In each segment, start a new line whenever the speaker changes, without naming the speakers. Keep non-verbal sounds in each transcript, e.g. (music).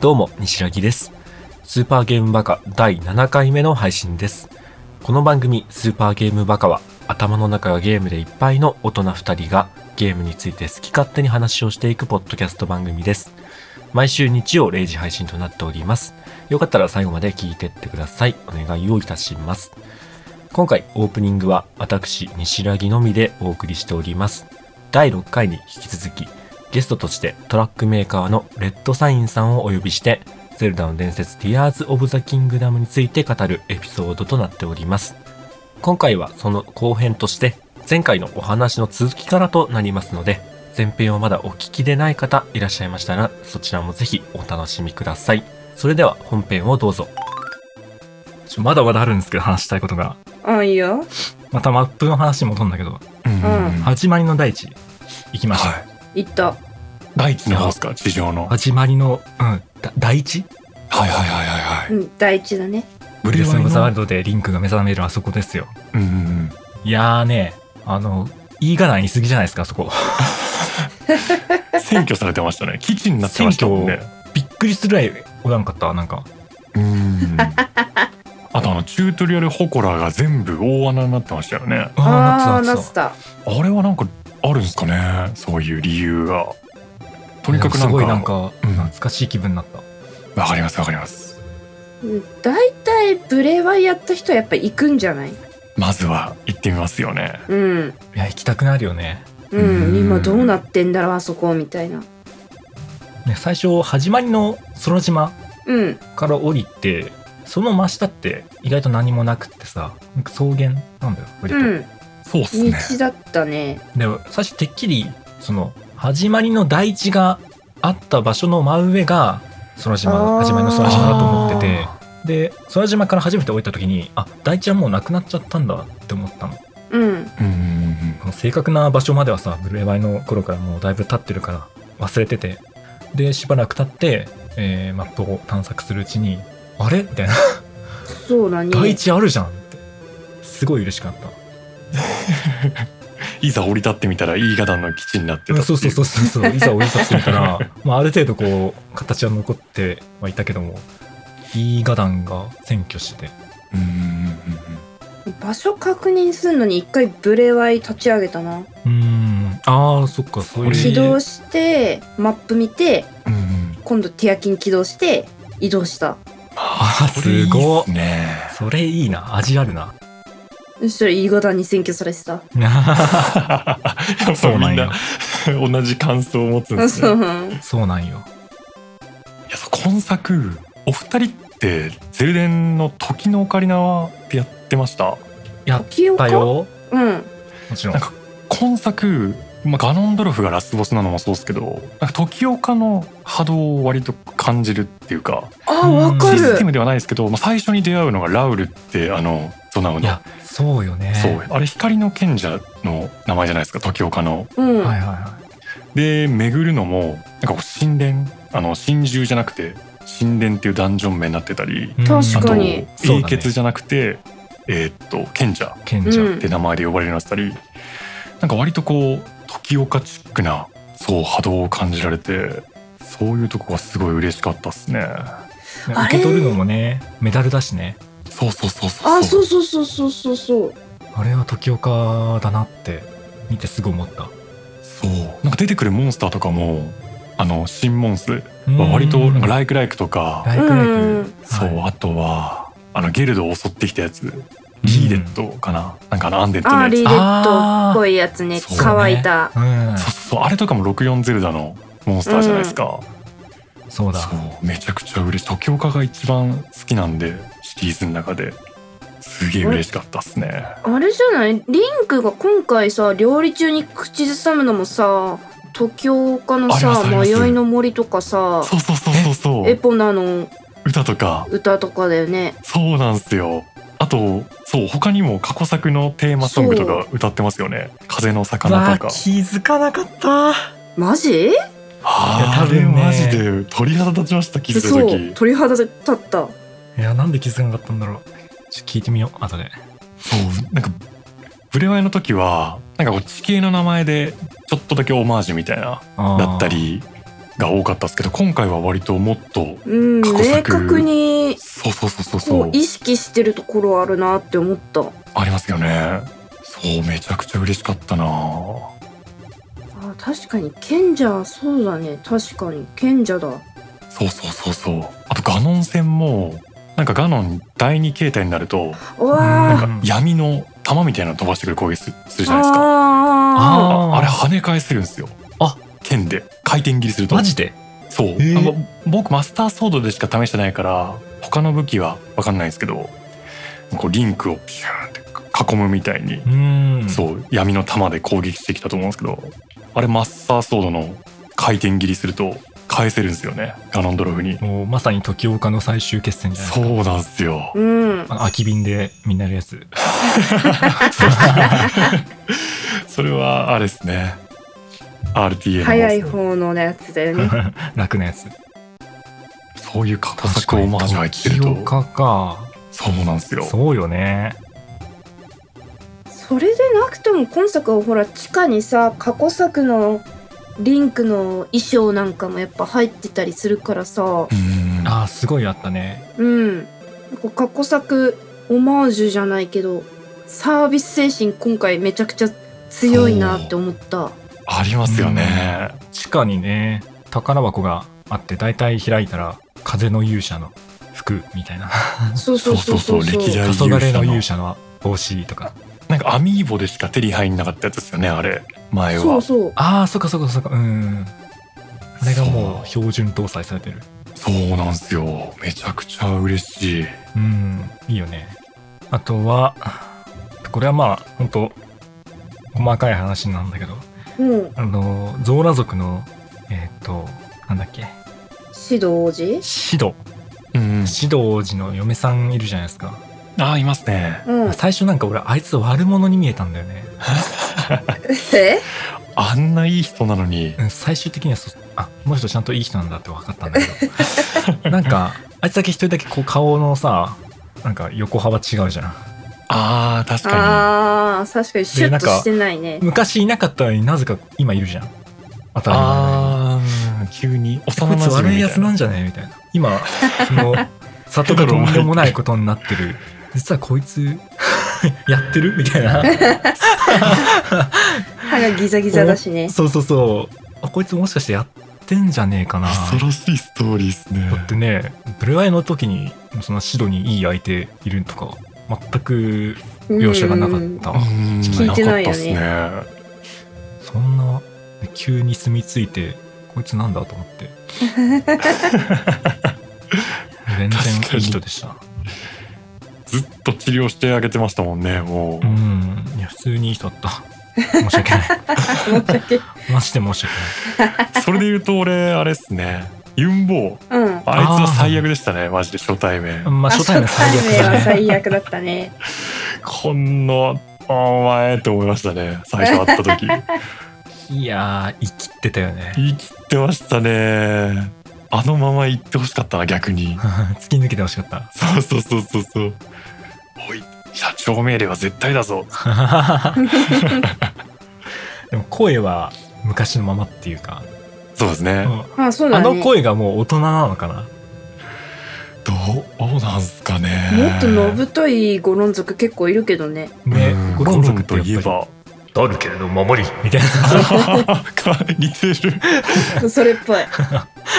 どうも、西ラギです。スーパーゲームバカ第7回目の配信です。この番組、スーパーゲームバカは、頭の中がゲームでいっぱいの大人2人が、ゲームについて好き勝手に話をしていくポッドキャスト番組です。毎週日曜0時配信となっております。よかったら最後まで聞いてってください。お願いをいたします。今回オープニングは私西ラギのみでお送りしております第6回に引き続きゲストとしてトラックメーカーのレッドサインさんをお呼びしてゼルダの伝説ティアーズ・オブ・ザ・キングダムについて語るエピソードとなっております今回はその後編として前回のお話の続きからとなりますので前編をまだお聞きでない方いらっしゃいましたらそちらもぜひお楽しみくださいそれでは本編をどうぞ
ちょまだまだあるんですけど話したいことが
あいいよ。
またマップの話に戻るんだけど
うん
始まりの大地行きました、
はい。
行った。
大地の方ですか地上の。はい
始まりの、うん、だ大地
はいはいはいは
う
い。
ん、第一だね。
ブ
ブレス・オブ・ザ・ワー
の
ルドでリンクが目覚めるあそこですよ
うんうんうん。
いやーねあの言いがない言い過ぎじゃないですかあそこ (laughs)
占拠されてましたね。基地になってましたもんね。
びっくりするぐらいおらんかったなんか
うん。あとあの、チュートリアルホコラが全部大穴になってましたよね。
ああー、
夏
な
夏
ってた。
あれはなんか、あるんですかねそういう理由が。とにかく
す
なん
ごい
か、
なんか
うん
懐かしい気分になった、
わかりますわかります。
うん大体ブレワイやった人はやっぱ行くんじゃない
まずは行ってみますよね。
うん。
いや行きたくなるよね
うん。
うん
今どうなってんだろう、あそこ、みたいな。
ね最初始まりの空島
うん。
から降りてその真下って意外と何もなくってさなんか草原なんだよ割と、
うん。
そうっすね。
道だったね。
で最初てっきりその始まりの大地があった場所の真上が空島
あー
始まりの空島だと思ってて
あ
で空島から初めて降りた時にあ大地はもうなくなっちゃったんだって思ったの
うん。
うんうんうん
この正確な場所まではさブルーエワイの頃からもうだいぶ経ってるから忘れててでしばらく経って、えーマップを探索するうちにあれみたいな
そうだね。
第一あるじゃんってすごい嬉しかった
いざ降り立ってみたら、イーガダンの基地になってたってい
そうそうそうそう
(laughs)
そういざ降りさせてみたら、まあ、ある程度こう形は残ってはいたけどもイーガダンが占拠してて
うんうんうんうんうん。
場所確認するのに一回ブレワイ立ち上げたな。
うーんあーそっかそういう
えー
起動して、マップ見て、
うんうん
今度ティアキン起動して、移動した。
あーすごっ
これいいっすね。
それいいな味ある
(laughs)
な
そしたら、イーガダンに占拠されてた。
や (laughs) っぱみんな同じ感想を持つんです
そ
ね。
う
い。
そうなんよ
やそう今作お二人ってゼルデンの時のオカリナはやってました
やっ
記憶
たよ
うん。
もちろん
なんか今作、まあ、ガノンドルフがラスボスなのもそうですけどなんか時岡の波動を割と感じるっていうか
あ、わか
システ
る。
ムではないですけど、まあ、最初に出会うのがラウルってあのゾナウ
い
の
やそうよね
そうあれ光の賢者の名前じゃないですか時岡の
うん。
はいはいはい
で巡るのもなんかこう神殿あの神獣じゃなくて神殿っていうダンジョン名になってたり
うん
確
あと
かに
英
そうだね
傑じゃなくて、えーっと賢者っ
賢者、
うん
て名前で呼ばれるようになってたり、なんか割とこう時岡チックなそう波動を感じられてそういうとこがすごい嬉しかったっすね
あ
受
れ
け取るのもねメダルだしね
そうそうそうそう
あ、そうそうそうそうそうそう。
あれは時岡だなって見てすぐ思った
そうなんか出てくるモンスターとかもあの新モンス
うん
は割となんかライクライクとか
ライクライク、
うん
そう、
はい
あとはあのゲルドを襲ってきたやつリーデットかな、なんかあのアンデッドの
あー
やつ
リーデッドっぽいやつね
そう
乾いた、
うん
そうそうそうあれとかも64ゼルダのモンスターじゃないですか、
そうだ
そうめちゃくちゃ嬉しい時岡が一番好きなんでシリーズの中ですげえ嬉しかったっすね
あれじゃないリンクが今回さ料理中に口ずさむのもさ時岡の
あり
さ
ますあります
迷いの森とかさ
そうそうそうそうそ
エ
う
ポナの
歌とか
歌とかだよね
そうなんすよあとそう他にも過去作のテーマソングとか歌ってますよね「風の魚」とか
気づかなかった
マジ
あ
いや多
ーあれ
分ね
マジで鳥肌立ちました気づいた
そう
時
鳥肌立った
いやなんで気づかなかったんだろうちょっと聞いてみよう後で
そうなんかブレワイの時はなんかこう地形の名前でちょっとだけオマージュみたいなだったりが多かったですけど今回は割ともっと
うん、
過去
明
作
確に
そうそうそうそうそ
こ
う
う意識してるところあるなって思った
ありますよねそうめちゃくちゃ嬉しかったな
あ確かに賢者そうだね確かに賢者だ
そうそうそうそうあとガノン戦もなんかガノン第二形態になると
わあ
うん
闇の玉みたいなの飛ばしてくる攻撃すするじゃないですか
あー
あ
あ
あれ跳ね返せるんですよ
あ
剣で回転切りすると
マジで
そう、
ー
なんか僕マスターソードでしか試してないから他の武器は分かんないですけどこうリンクをピューンって囲むみたいに、
うん
そう闇の弾で攻撃してきたと思うんですけどあれマスターソードの回転切りすると返せるんですよねガノンドロフに、
もうまさに時岡の最終決戦じゃないですか
そうなんですよ
うん
あの空き瓶でみんなやるや
(laughs)
つ
それはあれですね RTA の
早い方のやつだよね
楽なやつ
そういう過去作オマージュ入ってる
時
と
岡か
そうなんですよ
そうよね
それでなくても今作はほら地下にさ過去作のリンクの衣装なんかもやっぱ入ってたりするからさ
うん
あーすごいあったね
うんなんか過去作オマージュじゃないけどサービス精神今回めちゃくちゃ強いなって思った
ありますよね、
地下にね宝箱があって大体開いたら風の勇者の服みたいな
そうそうそうそう
そうそうそう歴
黄
代
昏の
大勇者の
勇者の帽子とか
なんかアミーボでしか手に入んなかったやつですよねあれ前は
そうそう
ああそっかそっかそっかうんあれがもう
そ
標準搭載されてる
そうなんですよめちゃくちゃ嬉しい
うんいいよねあとはこれはまあ本当細かい話なんだけど
うん
あのゾーラ族のえっ、となんだっけ
指導王子
シド
うん
シド王子の嫁さんいるじゃないですか
ああいますね
うん
最初なんか俺あいつ悪者に見えたんだよね
え
あんないい人なのに
うん最終的にはそあこの人ちゃんといい人なんだって分かったんだけどなんかあいつだけ一人だけこう顔のさなんか横幅違うじゃん
あー確か
あー確かにシュッとしてないね
昔いなかったのになぜか今いるじゃん当た
に
り前のように
ああ急に
こ
幼
いつ
馴染
悪
み
い
み
や
た
つ
いな
なんじゃねみたいな今そ
(laughs)
の里がとんでもないことになってる実はこいつ (laughs) やってるみたい
(laughs)
な
歯がギザギザだしね
そうそうそうあこいつもしかしてやってんじゃねえかな
恐ろしいストーリーですね
だってねブルワイの時にそのシドにいい相手いるとか全く描写がなかっ
うん
た、
うん
聞いてないよね
なかったっすね
そんな急に住み着いてこいつなんだと思って全然いい人でした
ずっと治療してあげてましたもんねも
う
う、
んいや普通にいい人だった申し訳ない
申し訳
マジで申し訳
それで言うと俺あれっすねユンボー
うん
あいつは最悪でしたねマジで初対面
ないまあ (laughs) 初対面最悪
初対面
だ
は
ね
最悪だったね
こんなお前って思いましたね最初会った (laughs) 時
いやー生きてたよね (laughs)
言い切ってましたねあのまま行ってほしかったな逆に
突き抜けてほしかった (laughs)
そうそうそうそうそうおい社長命令は絶対だぞ
でも声は昔のままっていうか、
そうです
う
ね、
ん
あそうだ
あ
ね
の声がもう大人なのかな
どうどうなんすかね
もっとのぶといゴロン族結構いるけどね
ね
うん
ゴ
ゴ
ロ
ロ
ン
ン
族って
といえ
やっぱ
ば
りだるけれど守りみたいな
(laughs) 似てる
それっ
(laughs)
ぽい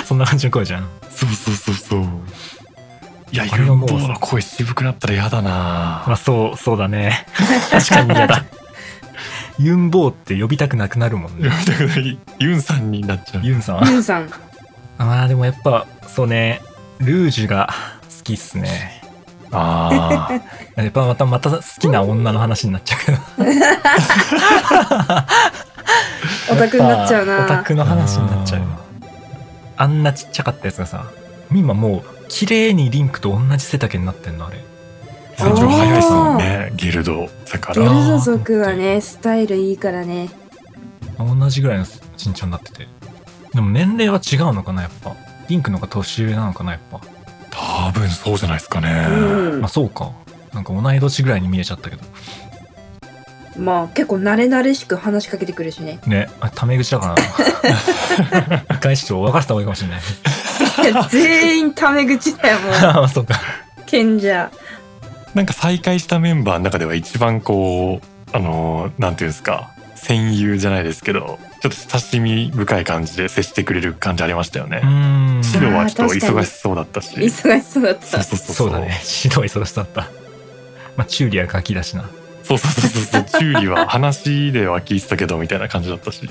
そんな感じの声じゃん
そうそうそうそういや
あれは
ユン
もう
ボの声渋くなったら嫌だ
まあ
な
そうそうだね (laughs) 確かに嫌だ (laughs) ユンボーって呼びたくなくなるもん
や
ね
めたくないユンさんになっちゃう
ユンさんは
ユンさん
まあでもやっぱそうねルージュが好きっすね
ああ
やっぱまたまた好きな女の話になっちゃうけど
オタクになっちゃう
やっぱオタ
な
クの話になっちゃうよあんなちっちゃかったやつがさ今もう綺麗にリンクと同じ背丈になってんのあれ
成長早いですもんねギルドだか
ゲ
ク
ル
ら
ゾ族はねスタイルいいからね
同じぐらいの身長になっててでも年齢は違うのかなやっぱリンクの方が年上なのかなやっぱ
多分そうじゃないですかね、
うん
まあそうかなんか同い年ぐらいに見えちゃったけど
まあ結構慣れ慣れしく話しかけてくるしね
ねあタメ口だからな
(laughs)
一回市長分かせた方がいいかもしれない
いや全員タメ口だよもう
(laughs) ああそうか
賢者
なんか再会したメンバーの中では一番こうあのーなんていうんですか戦友じゃないですけどちょっと親しみ深い感じで接してくれる感じありましたよ
う
ね。
ーん
シロはちょっと
あー確かに
忙しそうだったし。
忙しそうだっ
そう
た
そうそう
そうだね。シロ忙しそうだったまあチューリアガキだし
(laughs)
な
そうそうそうそうそう。チューリは話では聞いてたけどみたいな感じだったし、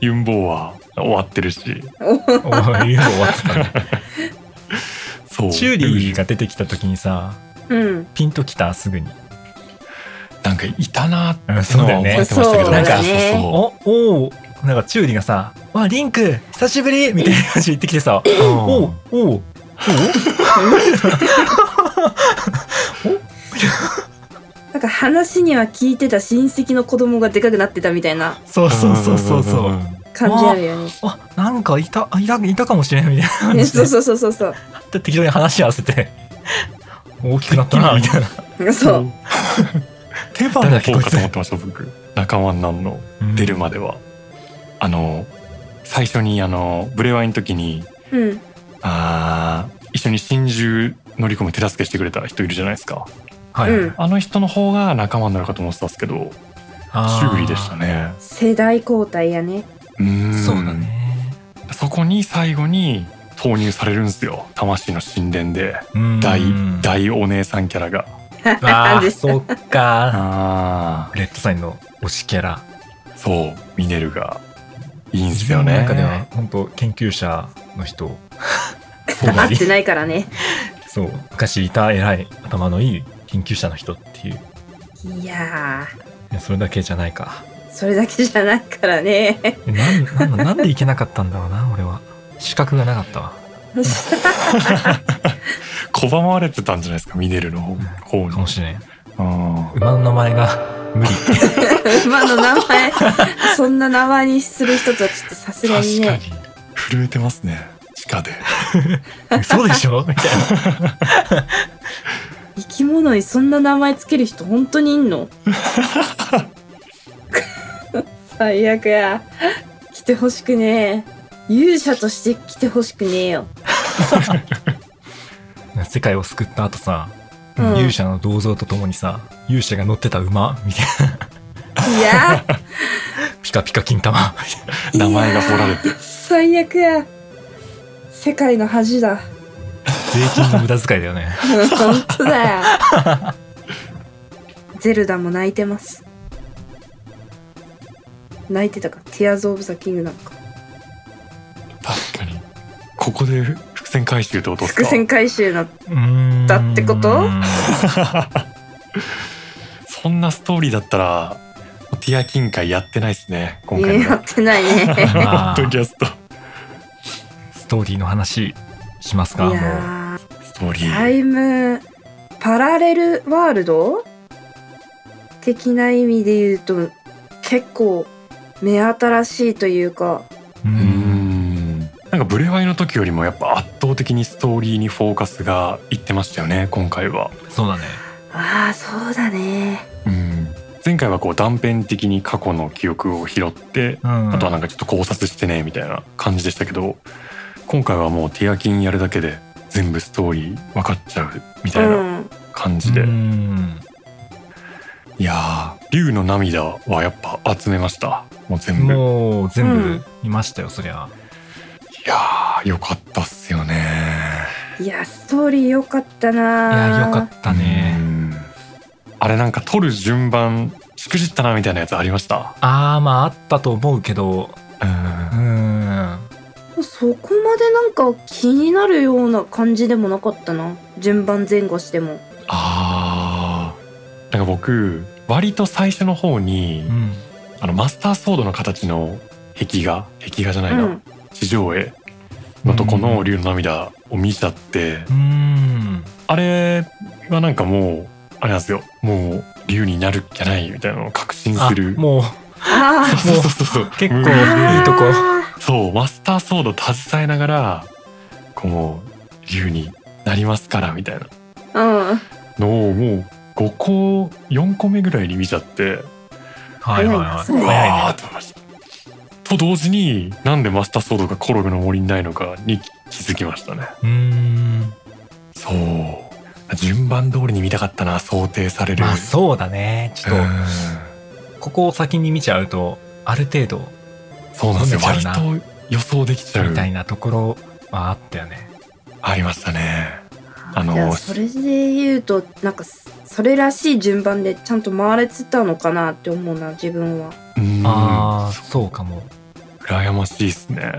ユンボーは終わってるし、
おい言うの終わってた (laughs) ね
そう。
チューリーが出てきた時にさ
うん
ピンときたすぐに
なんかいたなって
うんそうだよね
覚えてましたけど、
そう
だね
そうそうそう
おおーなんかチューリーがさ「わリンク久しぶり!」みたいな感じで言ってきてさ「おおおおお
なんか話には聞いてた親戚の子供がでかくなってたみたいな
そうそうそうそうそ
んん
うん
ん
感じあるよね
あなんかいたあいたいたかもしれない」みたいな感
ね
じで
(laughs) そうそうそうそうそう
で適当に話し合わせ
(laughs)
て大きくなったなみたいな、
そう。
(laughs) 手羽の方かと思って
(laughs)
ました僕仲間なんの出るまでは、あの最初にあのブレワイの時に
うん
あー一緒に心中乗り込む手助けしてくれた人いるじゃないですか
はい、
うん
あの人の方が仲間になるかと思ってたんですけど
あー
修理でしたね
世代交代やね
うーん
そうだね
そこに最後に投入されるんですよ魂の神殿で
うん
大大お姉さんキャラが
(laughs)
あ
で
ー
す
そっか
あ
レッドサインの推しキャラ
ーそうミネルがいいんです
自
よ
分の
ね
中では本当研究者の
(laughs)
人そうな
会
り
ってないからね
そう昔いた偉い頭のいい研究者の人っていうい
いや
やそれだけじゃないか
ーそれだけじゃないからね (laughs)
えなんなんだなんでいけなかったんだろうな (laughs) 俺は資格がなかったわ
拒まれてたんじゃないですかミネルの方方
か
に
も。しれん
うん
馬の名前が無理
馬の名前そんな名前にする人とはちょっとさすがに
確か
ね
に震えてますね地
(laughs)
下で
嘘でしょみたいな
生き物にそんな名前つける人本当にいんの最悪や来てほしくねえ勇者として来てほしくねえよ
世界を救った後さ、
うん
勇者の銅像とともにさ勇者が乗ってた馬みたい
いや
なピカピカ金玉 (laughs) みたいな
ー
名前が掘られて
いやー最悪や世界の恥だ
税金の無駄遣いだよね
うん本当だよ (laughs) ゼルダも泣いてます泣いてたかティアーズ・オブ・ザ・キングなんか
確かにここで伏線回収ってことですか
伏線回収な
うーん
(laughs) だってこと
そんなストーリーだったらティア金会やってないですね今回
や
の
ってないね
(laughs) ポ
ま
ッ
あ
ドキャスト
ストーリーの話します
い
かもう
や
ストーリ
ー
ー、
タイムパラレルワールド的な意味で言うと結構目新しいというか
う
うー
ん
んなんかブレワイの時よりもやっぱ圧倒的にストーリーにフォーカスがいってましたよね今回は
そうだね
ああそうだね
うん前回はこう断片的に過去の記憶を拾って
うん
あとはなんかちょっと考察してねみたいな感じでしたけど今回はもうティアキンやるだけで全部ストーリー分かっちゃうみ
う
たいなん感
う
じで、
ん
いやー竜の涙はやっぱ集めましたもう全部い
もう全
う
部
ん
見ましたよ、そりゃ
やーよかったっすよね
いやストーリー良かった
い
なー
やよかったね
うんあれなんか撮る順番しくじったなみたいなやつありました
あーまああったと思うけどうーん
そこまでなんか気になるような感じでもなかったな順番前後しても
あーなんか僕割と最初の方に、
うん
あのマスターソードの形の壁画壁画じゃないな、
うん
地上絵のとこの竜の涙を見ちゃって、
うーん
あれはなんかもうあれなんですよもう竜になるんじゃないみたいなのを確信
あ
する
もう
あー
そうそうそうそう
結
う
構
ん
いいとこ
あ
(laughs) そうマスターソード携えながらこう竜になりますからみたいな
ーうん
のをもう5個4個目ぐらいに見ちゃって
はいはいはい。
早いな
う
早いね
わーって思いました。と同時になんでマスターソードがコログの森にないのかに気づきましたね。
うーん。
そう順番通りに見たかったな想定される。
まあそうだね。ちょっ
うん
と、ここを先に見ちゃうと、ある程度、
そうなんですよ
見え
割
ちゃうな
と予想できちゃう
みたいなところはあったよね。
ありましたね。あの
じゃあそれで言うとなんかそれらしい順番でちゃんと回れてたのかなって思うな自分は
うん
ああ、そうかも。
羨ましいですね。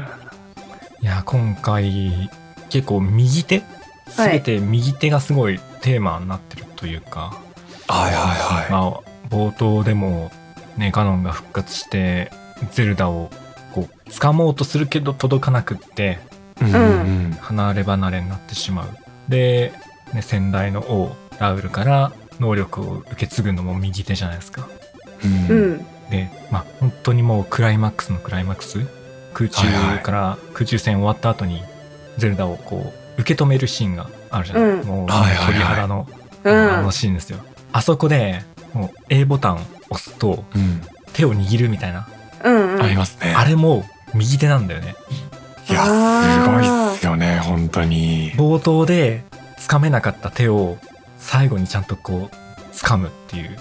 いや、今回、結構右手す
い
べて右手がすごいテーマになってるというか、
はいはいは
まあ、冒頭でも、ね、ガノンが復活して、ゼルダを、こう、掴もうとするけど届かなくって、
い。うんうん
離れ離れになってしまう。で、ね、先代の王、ラウルから能力を受け継ぐのも右手じゃないですか。
う
う
んうん
ん
で、まあ、本当にもうクライマックスのクライマックス、空中から、空中戦終わった後に、ゼルダをこう、受け止めるシーンがあるじゃない、
うん
もう
はいはいはい
鳥肌の、
う
あ
ん
のシーンですよ。あそこで、もう A ボタンを押すと、
うん
手を握るみたいな、
うんうん
ありますね。
あれも右手なんだよね。
いや
あー
すごいっすよね本当に。
冒頭で掴めなかった手を最後にちゃんとこう掴むっていう
うん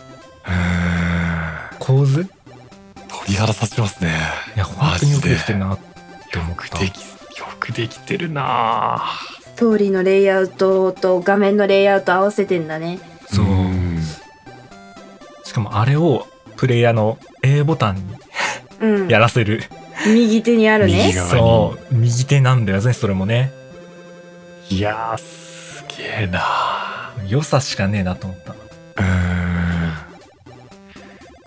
構図い
鳥肌立ちますね。
や本当によくできてるなって
よ
思っ
く
た
できよくできてるなあ。
ストーリーのレイアウトと画面のレイアウト合わせてんだね
そうんしかもあれをプレイヤーの A ボタンに
うん
やらせる、
右手にある
右
ね
側に
そう右手なんだよねそれもね
いやーすげえなあ。
良さしかねえなと思った
うん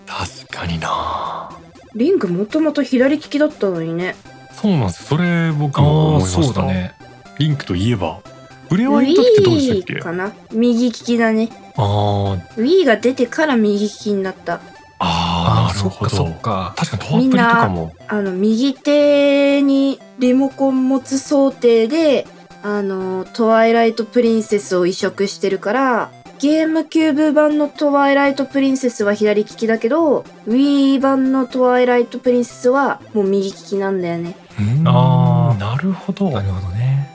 確かになあ。
リングもともと左利きだったのにね
そうなんですよそれ僕も思いました
そうだね
リンクといえばブレワイの時ってどうでしたっ
Wii
け
かな右利きだね
あー
Wii が出てから右利きになった
あ
ー
ーなるほど
そっかそっか
確かにトアプリとかも
あの右手にリモコン持つ想定であのトワイライトプリンセスを移植してるからゲームキューブ版のトワイライトプリンセスは左利きだけど Wii 版のトワイライトプリンセスはもう右利きなんだよね
うーん
あー
なるほど
なるほどね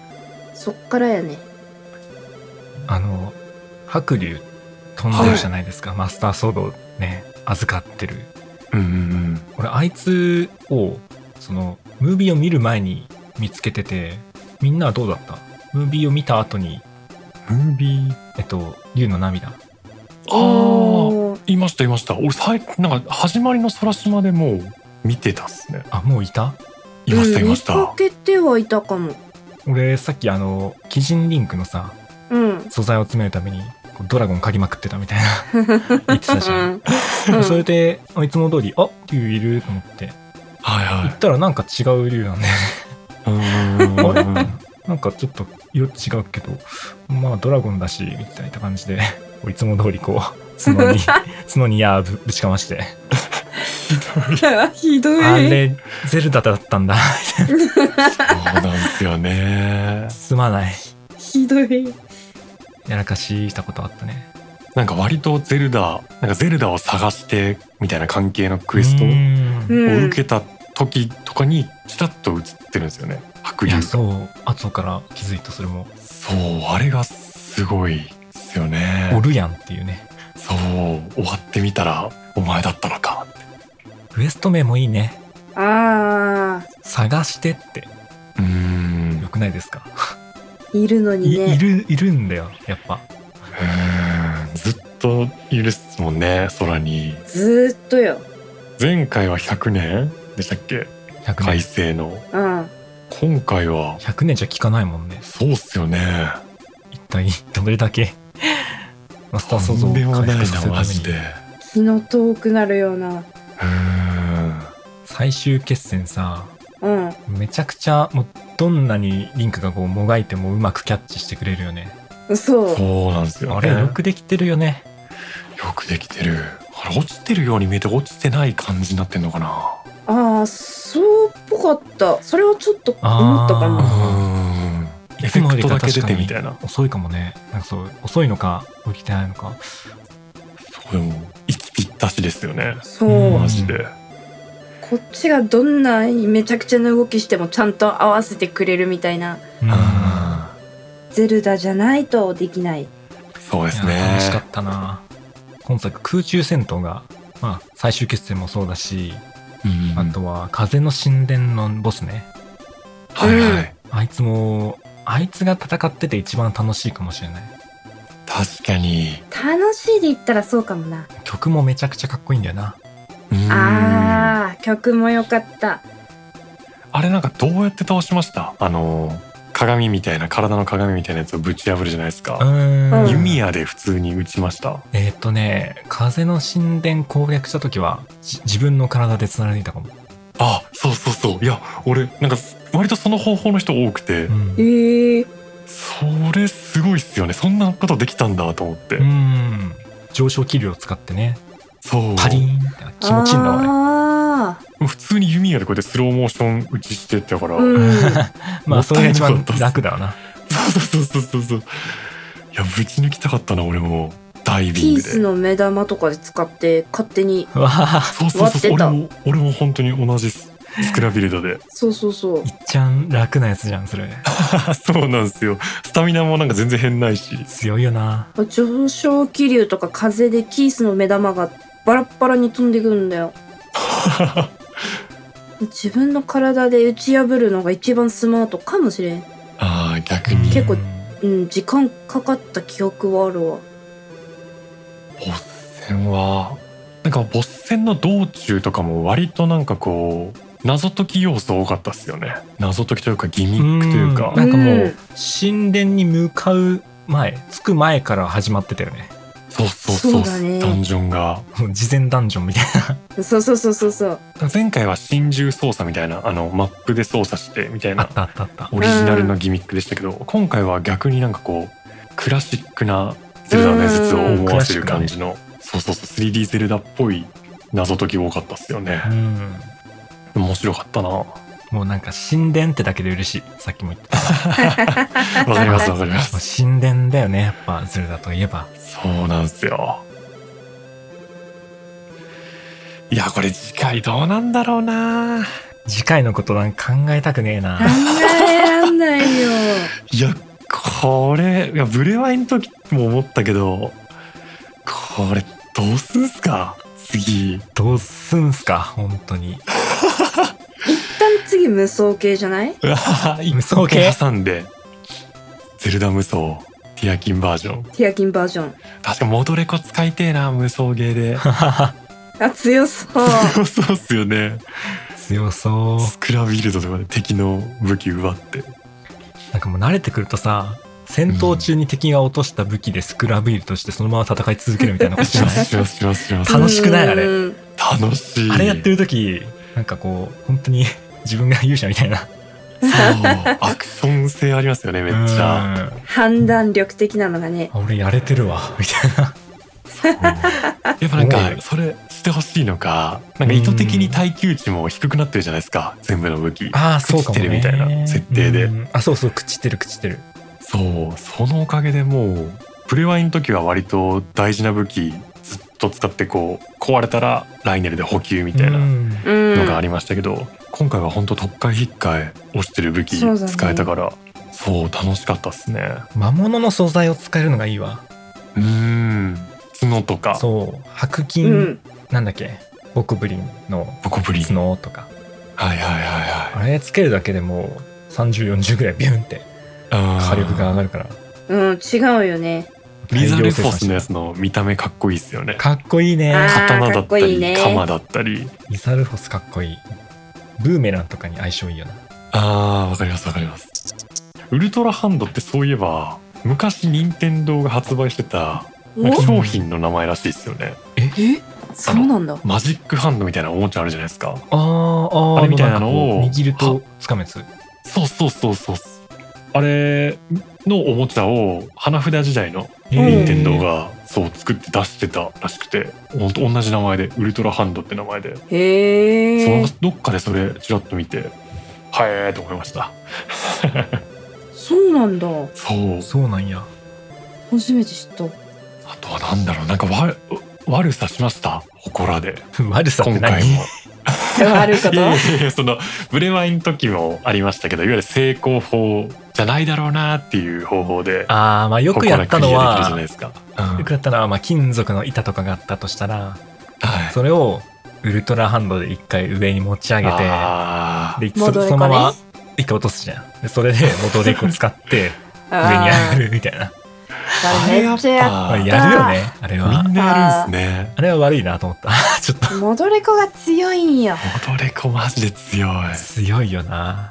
そっからやね
あの白龍飛んでるじゃないですか、マスターソードをね預かってる
うんうん
俺あいつをそのムービーを見る前に見つけててみんなはどうだったムービーを見た後に
うんムービー
えっと竜の涙
ああ
おー
いましたいました俺最なんか始まりの空島でもう見てたっすね
あもういた
いましたい
うん
ま
見
した、
かけてはいたかも
俺さっきあの鬼人リンクのさ
うん
素材を詰めるためにこうドラゴン嗅ぎまくってたみたいな
(laughs)
言ってたじゃん、
うん
(laughs) それであいつも通りあ竜いると思って
は
行
い (laughs)
ったらなんか違う竜なんで
はいうんうんうん
なんかちょっと色違うけど、まあドラゴンだし、みたいな感じで、いつも通りこう、角
(laughs)
に、角に矢ぶぶちかまして、
(laughs) ひどい
あれ、ゼルダだったんだ。
そうなんですよね
すまない。
ひどい
やらかししたことあったね。
なんか割とゼルダなんかゼルダを探してみたいな関係のクエスト
う
を
ん
うん
受けた時とかにちらっと映ってるんですよね白
いや、
竜が
そ
そう
う、後から気づいた、それも、
あれがすごいですよ
お
ね
るやんっていうね。
そう終わってみたらお前だったのかって
ウエスト名もいいね。
あ
探してって、
うー
よ
ん
くないですか、
ーいるのにね
いいる、いるんだよ、やっぱ。
うーんずっといるっすもんね空に
ずーっとよ
前回は100年でしたっけ
100
改
年。
正の
うん
今回は
100年じゃ効かないもんね。
そうっすよね
一体どれだ (laughs) けマスターソード
とん
を
でも
回
な
復
い
さ
な
せるた
マ
め
ジで
に
う
気の遠くなるような
ーん
最終決戦さ
うん
めちゃくちゃもうどんなにリンクがこうもがいてもうまくキャッチしてくれるよね
そう
そうなんですよ、ね、
あれよくできてるよね
よくできてるあれ落ちてるように見えて落ちてない感じになってんのかな
ああそうっぽかったそれはちょっと思ったか
う
あ
も
ーん
い
エフ
つもよ
ェク
り
ト
か
だけ
確
出
か
て
に
みたいな
遅いかもねなんかそう遅いのか起きてないのか
そうでも息ぴっ出しですよね。
そううん
マジで。
こっちがどんなめちゃくちゃな動きしてもちゃんと合わせてくれるみたいな
あ
ゼルダじゃないとできない
ーそうです
いや
ね
楽。しかったな今作空中戦闘が、まあ、最終決戦もそうだし、
うん
あとは風の神殿のボスね
はいはい。
あいつもあいつが戦ってて一番楽しいかもしれない
確かに。
楽しいで言ったらそうかもな
曲もめちゃくちゃかっこいいんだよな
うん
あー曲も良かった
あれなんかどうやって倒しましたあの鏡みたいな体の鏡みたいなやつをぶち破るじゃないですか、
うん
弓矢で普通に打ちました
えーっとね風の神殿攻略した時はじ自分の体で繋いでいたかも、
あそうそうそういや俺なんか割とその方法の人多くて、
うん
ええ
それすごいっすよねそんなことできたんだと思って、
うん上昇気流を使ってね
そう
パリーンって気持ちいいんだわ
あ
普通に弓矢でこうやってスローモーション打ちしてたから、
あう
あれ、 (laughs)
ん
まあそれが一
もっ
番
たいなか
楽
ったっす
だわな
そうそうそうそうそういやぶち抜きたかったな俺もダイビン
ピ
グ
ー
で
スの目玉とかで使って勝手に
わあ
そうそうそう
割って
俺
た
も俺も本当に同じっすスクラビル
(laughs)
ドで
そうそうそう
いっちゃん楽なやつじゃんそれ
あそうなんですよスタミナもなんか全然変ないし
強いよな
上昇気流とか風でキースの目玉がバラッバラに飛んでくるんだよ自分の体で打ち破るのが一番スマートかもしれん、
あー逆に
結構
うん
うん、時間かかった記憶はあるわ
ボス戦はなんかボス戦の道中とかも割となんかこう謎解き要素多かったっすよね謎解きというかギミックというか
んなんかも
う
うん神殿に向かう前着く前から始まってたよね
そうそうそう
そうだね
ダンジョンが
もう事前ダンジョンみたいな
そうそうそうそうそう
前回は真珠操作みたいなあのマップで操作してみたい
あ
な
ったあったあった
オリジナルのギミックでしたけど、今回は逆になんかこうクラシックなゼルダの伝説を思わせる感じの、そうそうそう 3D ゼルダっぽい謎解き多かったっすよね、
うん
面白かったなわ
もうなんか神殿ってだけで嬉しいさっきも言った
かりますわかります
神殿だよねやっぱゼルダといえば
そうなんですよいやこれ次回どうなんだろうな
次回のことなんか考えたくねえな
考えらんないよ
いやこれいやブレワイの時も思ったけどこれどうすんすか
(laughs)
次
どうすんすか本当に
一旦次無双系じゃないう
わ
無双系
一個挟んでゼルダ無双ティアキンバージョン
ティアキンバージョン
確か戻れこ使いてえな無双ゲ
(laughs)
ーで
あ強そう
(laughs) そうそうっすよね
強そう
スクラビルドとかで敵の武器奪って
なんかもう慣れてくるとさ戦闘中に敵が落とした武器でスクラブイルとしてそのまま戦い続けるみたいなことし
し
な
ま
い
(laughs) すしますしますします
楽しくないあれ
うん
楽しい
あれやってる時なんかこう本当に自分が勇者みたいな
そうアクション性ありますよねめっちゃ
判断力的なのがね
うん俺やれてるわみたいな
うんやっぱな
思
ん
う
か
よ
それしてほしいのかなんか意図的に耐久値も低くなってるじゃないですか全部の武器
ああ
そうかも
朽
ね
ちてるみたいな
設定で
うんあそうそう朽ちてる朽ちてる
そうそのおかげでもうプレワイの時は割と大事な武器ずっと使ってこう壊れたらライネルで補給みたいな
う
の
ん
うん
がありましたけど、今回は本当特回引っかえ押してる武器
そうだね
使えたからそう,、楽しかったっすね
魔物の素材を使えるのがいいわ
うーん角とか
そう白
う
金、
ん
なんだっけボクブリンの
ボコブリンはい
角とか
はいはい
あれつけるだけでもう3040ぐらいビュンって
はいうん
火力が上がるから
うん違うよね
リザルフォスのやつの見た目かっこいいっすよね
かっこいいね
あー
刀だ
か
っ
っこ
た
い
り
いね
鎌だったり
リサルフォスかっこいいブーメランとかに相性いいよな
あーわかりますわかりますウルトラハンドってそういえば昔任天堂が発売してたなんか
お
商品の名前らしいですよね
えそうなんだ
マジックハンドみたいなおもちゃあるじゃないですか
あー
あれみたいなのを
なんかこう握るとつかめつ
そうそうそうそうあれのおもちゃを花札時代の
え
ー
任天堂がそう作って出してたらしくてほんと同じ名前でウルトラハンドって名前で
へ
その
え
どっかでそれちらっと見てはえーと思いました
そうなんだ
そう
そうなんや
初めて知った
(laughs)
あとはなんだろうなんかわ悪さしました祠で
悪さっ
今
て
回
何
も。
あるこ
い
と
やいやいやそのブレワイの時もありましたけどいわゆる成功法じゃないだろうなっていう方法で
ああまあよくやったの
ここからクリアできるじ
は
ゃないですか、うん
よくやったのは、まあ、金属の板とかがあったとしたら
はい
それをウルトラハンドで一回上に持ち上げて
あ
でそ
戻
れ
り
そのま
込
ま一回落とすじゃんでそれ
(laughs)
で元でこ使って
上
上に上がるみたいな
めっちゃやっ
まあ
あれやっ
やるよねあれ
ぱ
は
みんなやるんですね
あれは悪いなと思ったちょっと
た戻り子が強いんよ
戻れこマジで強い
強いよな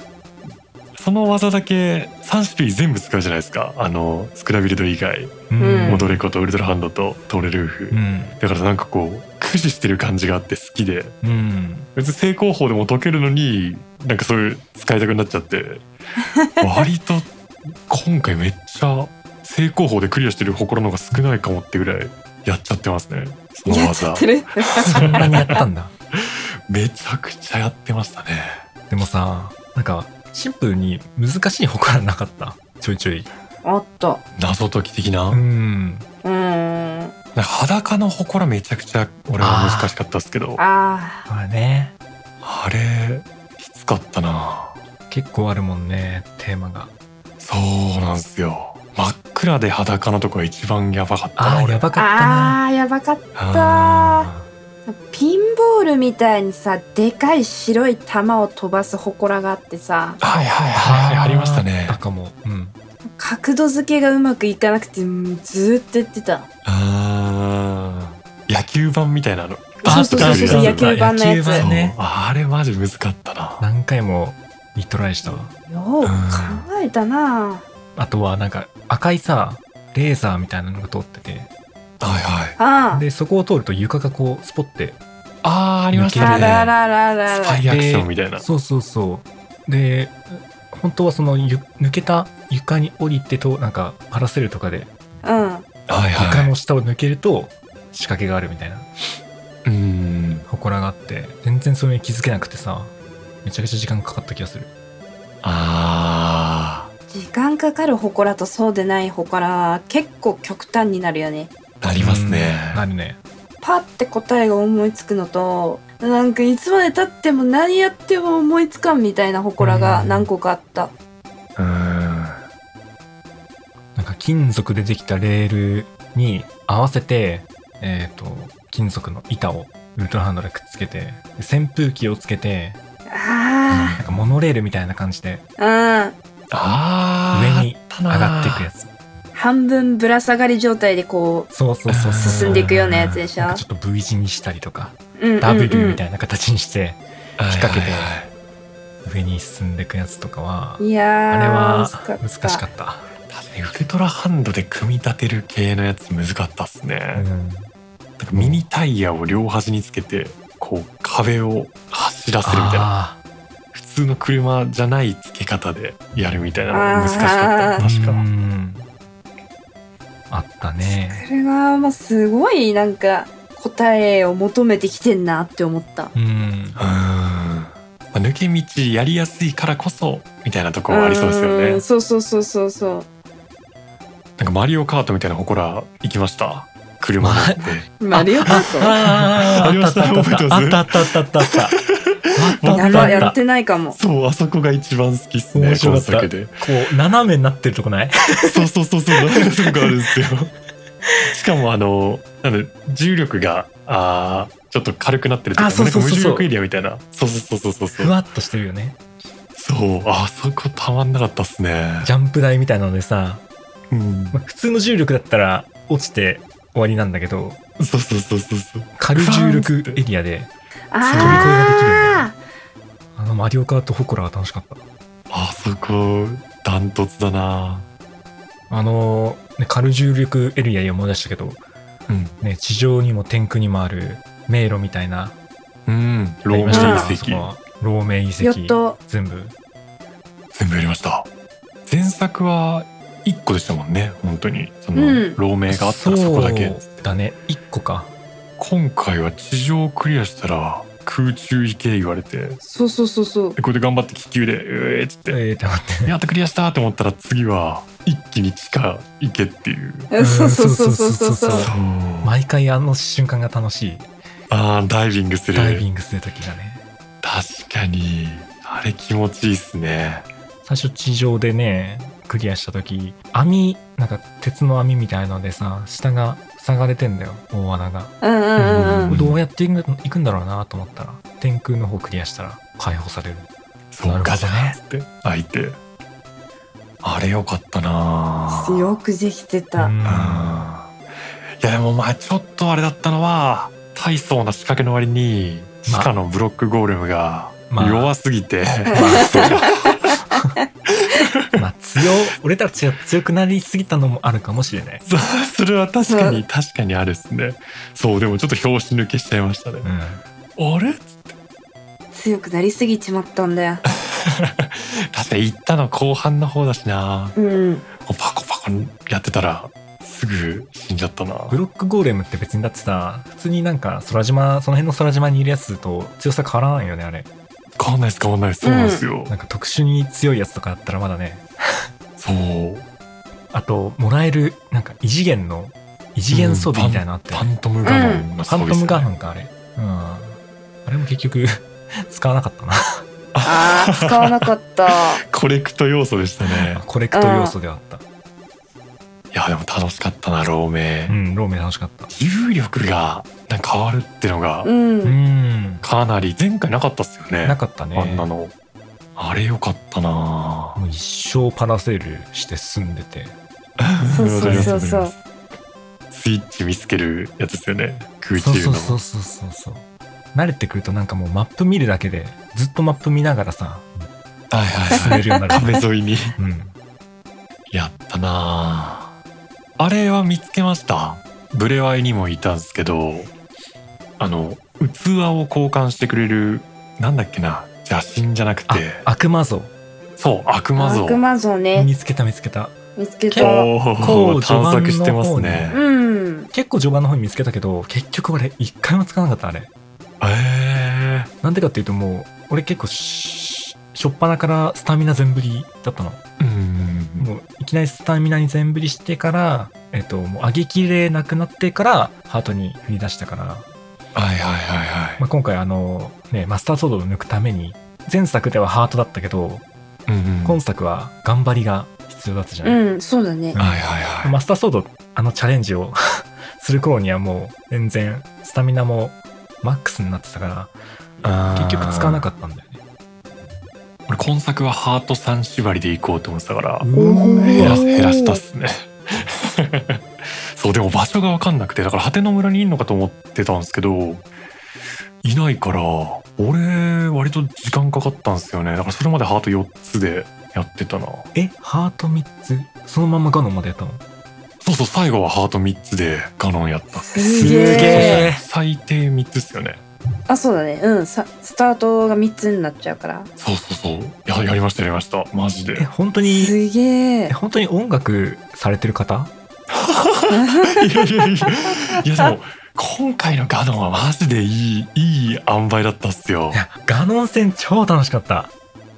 その技だけ3種類全部使うじゃないですかあのスクラビルド以外
うん、
うん
戻れことウルトラハンドとトーレルーフ、
うん
だからなんかこう駆使してる感じがあって好きで
うん
別に成功法でも解けるのになんかそういう使いたくなっちゃって
(laughs)
割と今回めっちゃ成功法でクリアしてる心の方が少ないかもってぐらいやっちゃってますねその
やっちゃ
技
ってる (laughs)
そんなにやったんだ
めちゃくちゃやってましたね
でもさなんかシンプルに難しい方からなかったちょいちょい
おっと
謎解き的な,、
うん
うーん
裸の祠めちゃくちゃ俺は難しかったですけどあ
あ
まあね
れきつかったな
結構あるもんねテーマが
そうなんですよ真っ暗で裸のとこが一番やばかった
あ
な
ー
俺
やば
ー
かったな
あーやばかった
あ
ピンボールみたいにさでかい白い球を飛ばす祠があってさ
ーはいはいはいはいありましたね
あかもうん
角度付けがうまくいかなくてうんずーっとやってた
あー野球盤みたいなの
そうそうそうそう
あったあ
野球
ったあっ
版のやつ
野球
た
盤ね
そうあれマジ難かったな
何回もリトライしたわ
よう考えたな
あとはなんか赤いさレーザーみたいなのが通ってて
はいはい
あー
でそこを通ると床がこうスポって
あーありまし
あ
た
ら
ね
らららら
スパイアクションみたいな
そうそうそうで本当はそのゆ抜けた床に降りてとなんかパラセルとかで
うん
はい
床
は
の下を抜けると仕掛けがあるみたいない
うん
祠があって全然それに気づけなくてさめちゃくちゃ時間かかった気がする
あ
時間かかる祠とそうでない祠結構極端になるよね
ーありますね
うんあるね
パッて答えが思いつくのとなんかいつまで経っても何やっても思いつかんみたいな祠が何個かあった
うん
なんか金属でできたレールに合わせて、えっ、と、金属の板をウルトラハンドでくっつけて、で扇風機をつけて、
あ
なんかモノレールみたいな感じで
あうん
あー
上に上がっていくやつ。
半分ぶら下がり状態でこ
そうそうそうそう。
進んでいくようなやつでしょ
なんかちょっと V 字にしたりとか、
う、うんうんうん
W みたいな形にして、
はいはいはい
引っ掛けて上に進んでいくやつとかは、
いや
あ
ー
れは難
難
し
し
か
か
っ。
った
確かにウルトラハンドで組み立てる系のやつ難かったっす
う
ね、
ん
なんかミニタイヤを両端につけてこう壁を走らせるみたい
あ
な普通の車じゃない付け方でやるみたいなの
あー
難しかった
ー
確か、
うんあったね。
それがまあすごいなんか答えを求めてきてんなって思った
うん。
うーんまあ抜け道やりやすいからこそみたいなところありそうですよね
んそうそうそうそうそ
なんかマリオカートみたいな祠行きました車乗って
うマリオカー
あ
あり
あ
ま
っ
した
たあったあったあったあったあったあったあったあ
ト
ったあ
や
った
ば
あ
や
っ
ったてないかも
そうあそこが一番好きっすね
面白か
今
った
作で
こう斜めになってるとこない
そうそうそうそうなんかそういうとこあるん
(laughs)
ですよしかもあのなんで重力があーちょっと軽くなってるという
あ
か
そう
なん
そ
か
う
無
そうそう
重力エリアみたいなそうそうそうそうそう
ふわっとしてるよね
そうあそこたまんなかったっすね
ジャンプ台みたいなのでさ、
うん
まあ、普通の重力だったら落ちて終わりなんだけど
そうそうそうそうそう
軽重力エリアで
あ
あのマリオカートホコラは楽しかった
あそこダントツだな
あのーね、軽重力エリアで思い出したけど、
うん
ね、地上にも天空にもある迷路みたいな
うんロ
やり
ー
ました
マ
ね
遺
あそこ
跡
はローメン遺
やっ
跡
と
全部
全部やりました前作は1個でしたもんね本当にその、
うん
ローメイがあったらそこだけ
そうだね1個か
今回は地上をクリアしたら空中行け言われて
そうそうそうそう
でこれで頑張って気球でうえーっつって、
えー、って待って
やっとクリアしたと思ったら次は一気に地下行けっていう。
ん
そうそうそうそうそうそ
そう
う
そう
そう。
毎回あの瞬間が楽しい
ああ、ダイビングする。
ダイビングする時がね
確かに。あれ気持ちいいっすね。
最初地上でねクリアした時網なんか鉄の網みたいのでさ下が塞がれてんだよ大穴が、
うんうんうん
どうやっていくんいくんだろうなと思ったら天空の方クリアしたら解放される
そうかじゃ
な
あ
る
つって開いて。あれよかったな
うん。よくできてた。
うん
あーいやでもまあちょっとあれだったのは大層な仕掛けの割に地下のブロックゴーレムが
まあ
弱すぎて、
まあ強俺たちが強くなりすぎたのもあるかもしれない、
そう (laughs) それは確か
う
に確かにあるですねそうでもちょっと拍子抜けしちゃいましたね
う、ん、
あれ
強くなりすぎちまったんだよ。
確かに行ったの後半の方だしな
うん。
こうパコパコやってたらすぐ死んじゃったな
ブロックゴーレムって別にだってさ普通になんか空島その辺の空島にいるやつと強さ変わらないよねあれ
変わんないです変わんないですそうなんですよ、
なんか特殊に強いやつとかだったらまだね
そう
あともらえるなんか異次元の異次元装備みたいなのあって、
ファントムガノンの
フ
装
ァ
備
ン
で
ト
す
ム
ね
ガノンかあれうんあれも結局 (laughs) 使わなかったな
ああ、使わなかった。
コレクト要素でしたね
コレクト要素ではあった
いやでも楽しかったなローメ
う
ン
んローメン楽しかった
重力がなんか変わるってのが
うん。
(laughs) う
うん
ん
かなり前回なかったっすよね
なかったね
あんなのあれよかったな
もう一生パラセールして進んでて
そうそうそうそう
わかりますわかりますスイッチ見つけるやつですよね空中
そう
の
そうそうそうそうそう慣れてくるとなんかもうマップ見るだけでずっとマップ見ながらさ
はいはい
進
はい
めるようになる、
壁沿いに (laughs)
(laughs) うん、
やったなあれは見つけましたブレワイにもいたんですけどあの器を交換してくれるなんだっけな邪神じゃなくて
あ悪魔像
そう悪魔像
悪魔像ね。
見つけた見つけた
見つけた。
おお
結構
探索してます
う
ね。
ん。
結構序盤の方に見つけたけど結局俺一回も使わなかったあれ
え
なんでかっていうともう俺結構ししょっぱなからスタミナ全振りだったの
えうん
もういきなりスタミナに全振りしてからえっともう上げきれなくなってからハートに振り出したから、
はいはいはいはい
まあ、今回あのねマスターソードを抜くために前作ではハートだったけど
うんうん
今作は頑張りが必要だったじゃない、
うん、そうだね。
はいはいはい
マスターソードあのチャレンジを (laughs) する頃にはもう全然スタミナもマックスになってたから
あー
結局使わなかったんだよね
俺今作はハート3縛りで行こうと思ってたから
おー
減ら減らしたっすね (laughs) そうでも場所が分かんなくてだから果ての村にいるのかと思ってたんですけどいないから俺割と時間かかったんですよねだからそれまでハート4つでやってたな
えハート3つそのままガノンまでやったの
そうそう最後はハート3つでガノンやった
す
すげ
げえ。
え
最低3つっすよね
あ、そうだね。うん。さスタートが3つになっちゃうから。
そうそうそうややりましたやりました
(laughs)
マジで
え本当に
すげ
え
え。
本当に音楽されてる方
いやいやいやいやでも今回のガノンはマジでいいいい塩梅だったっすよ
いやガノン戦超楽しかった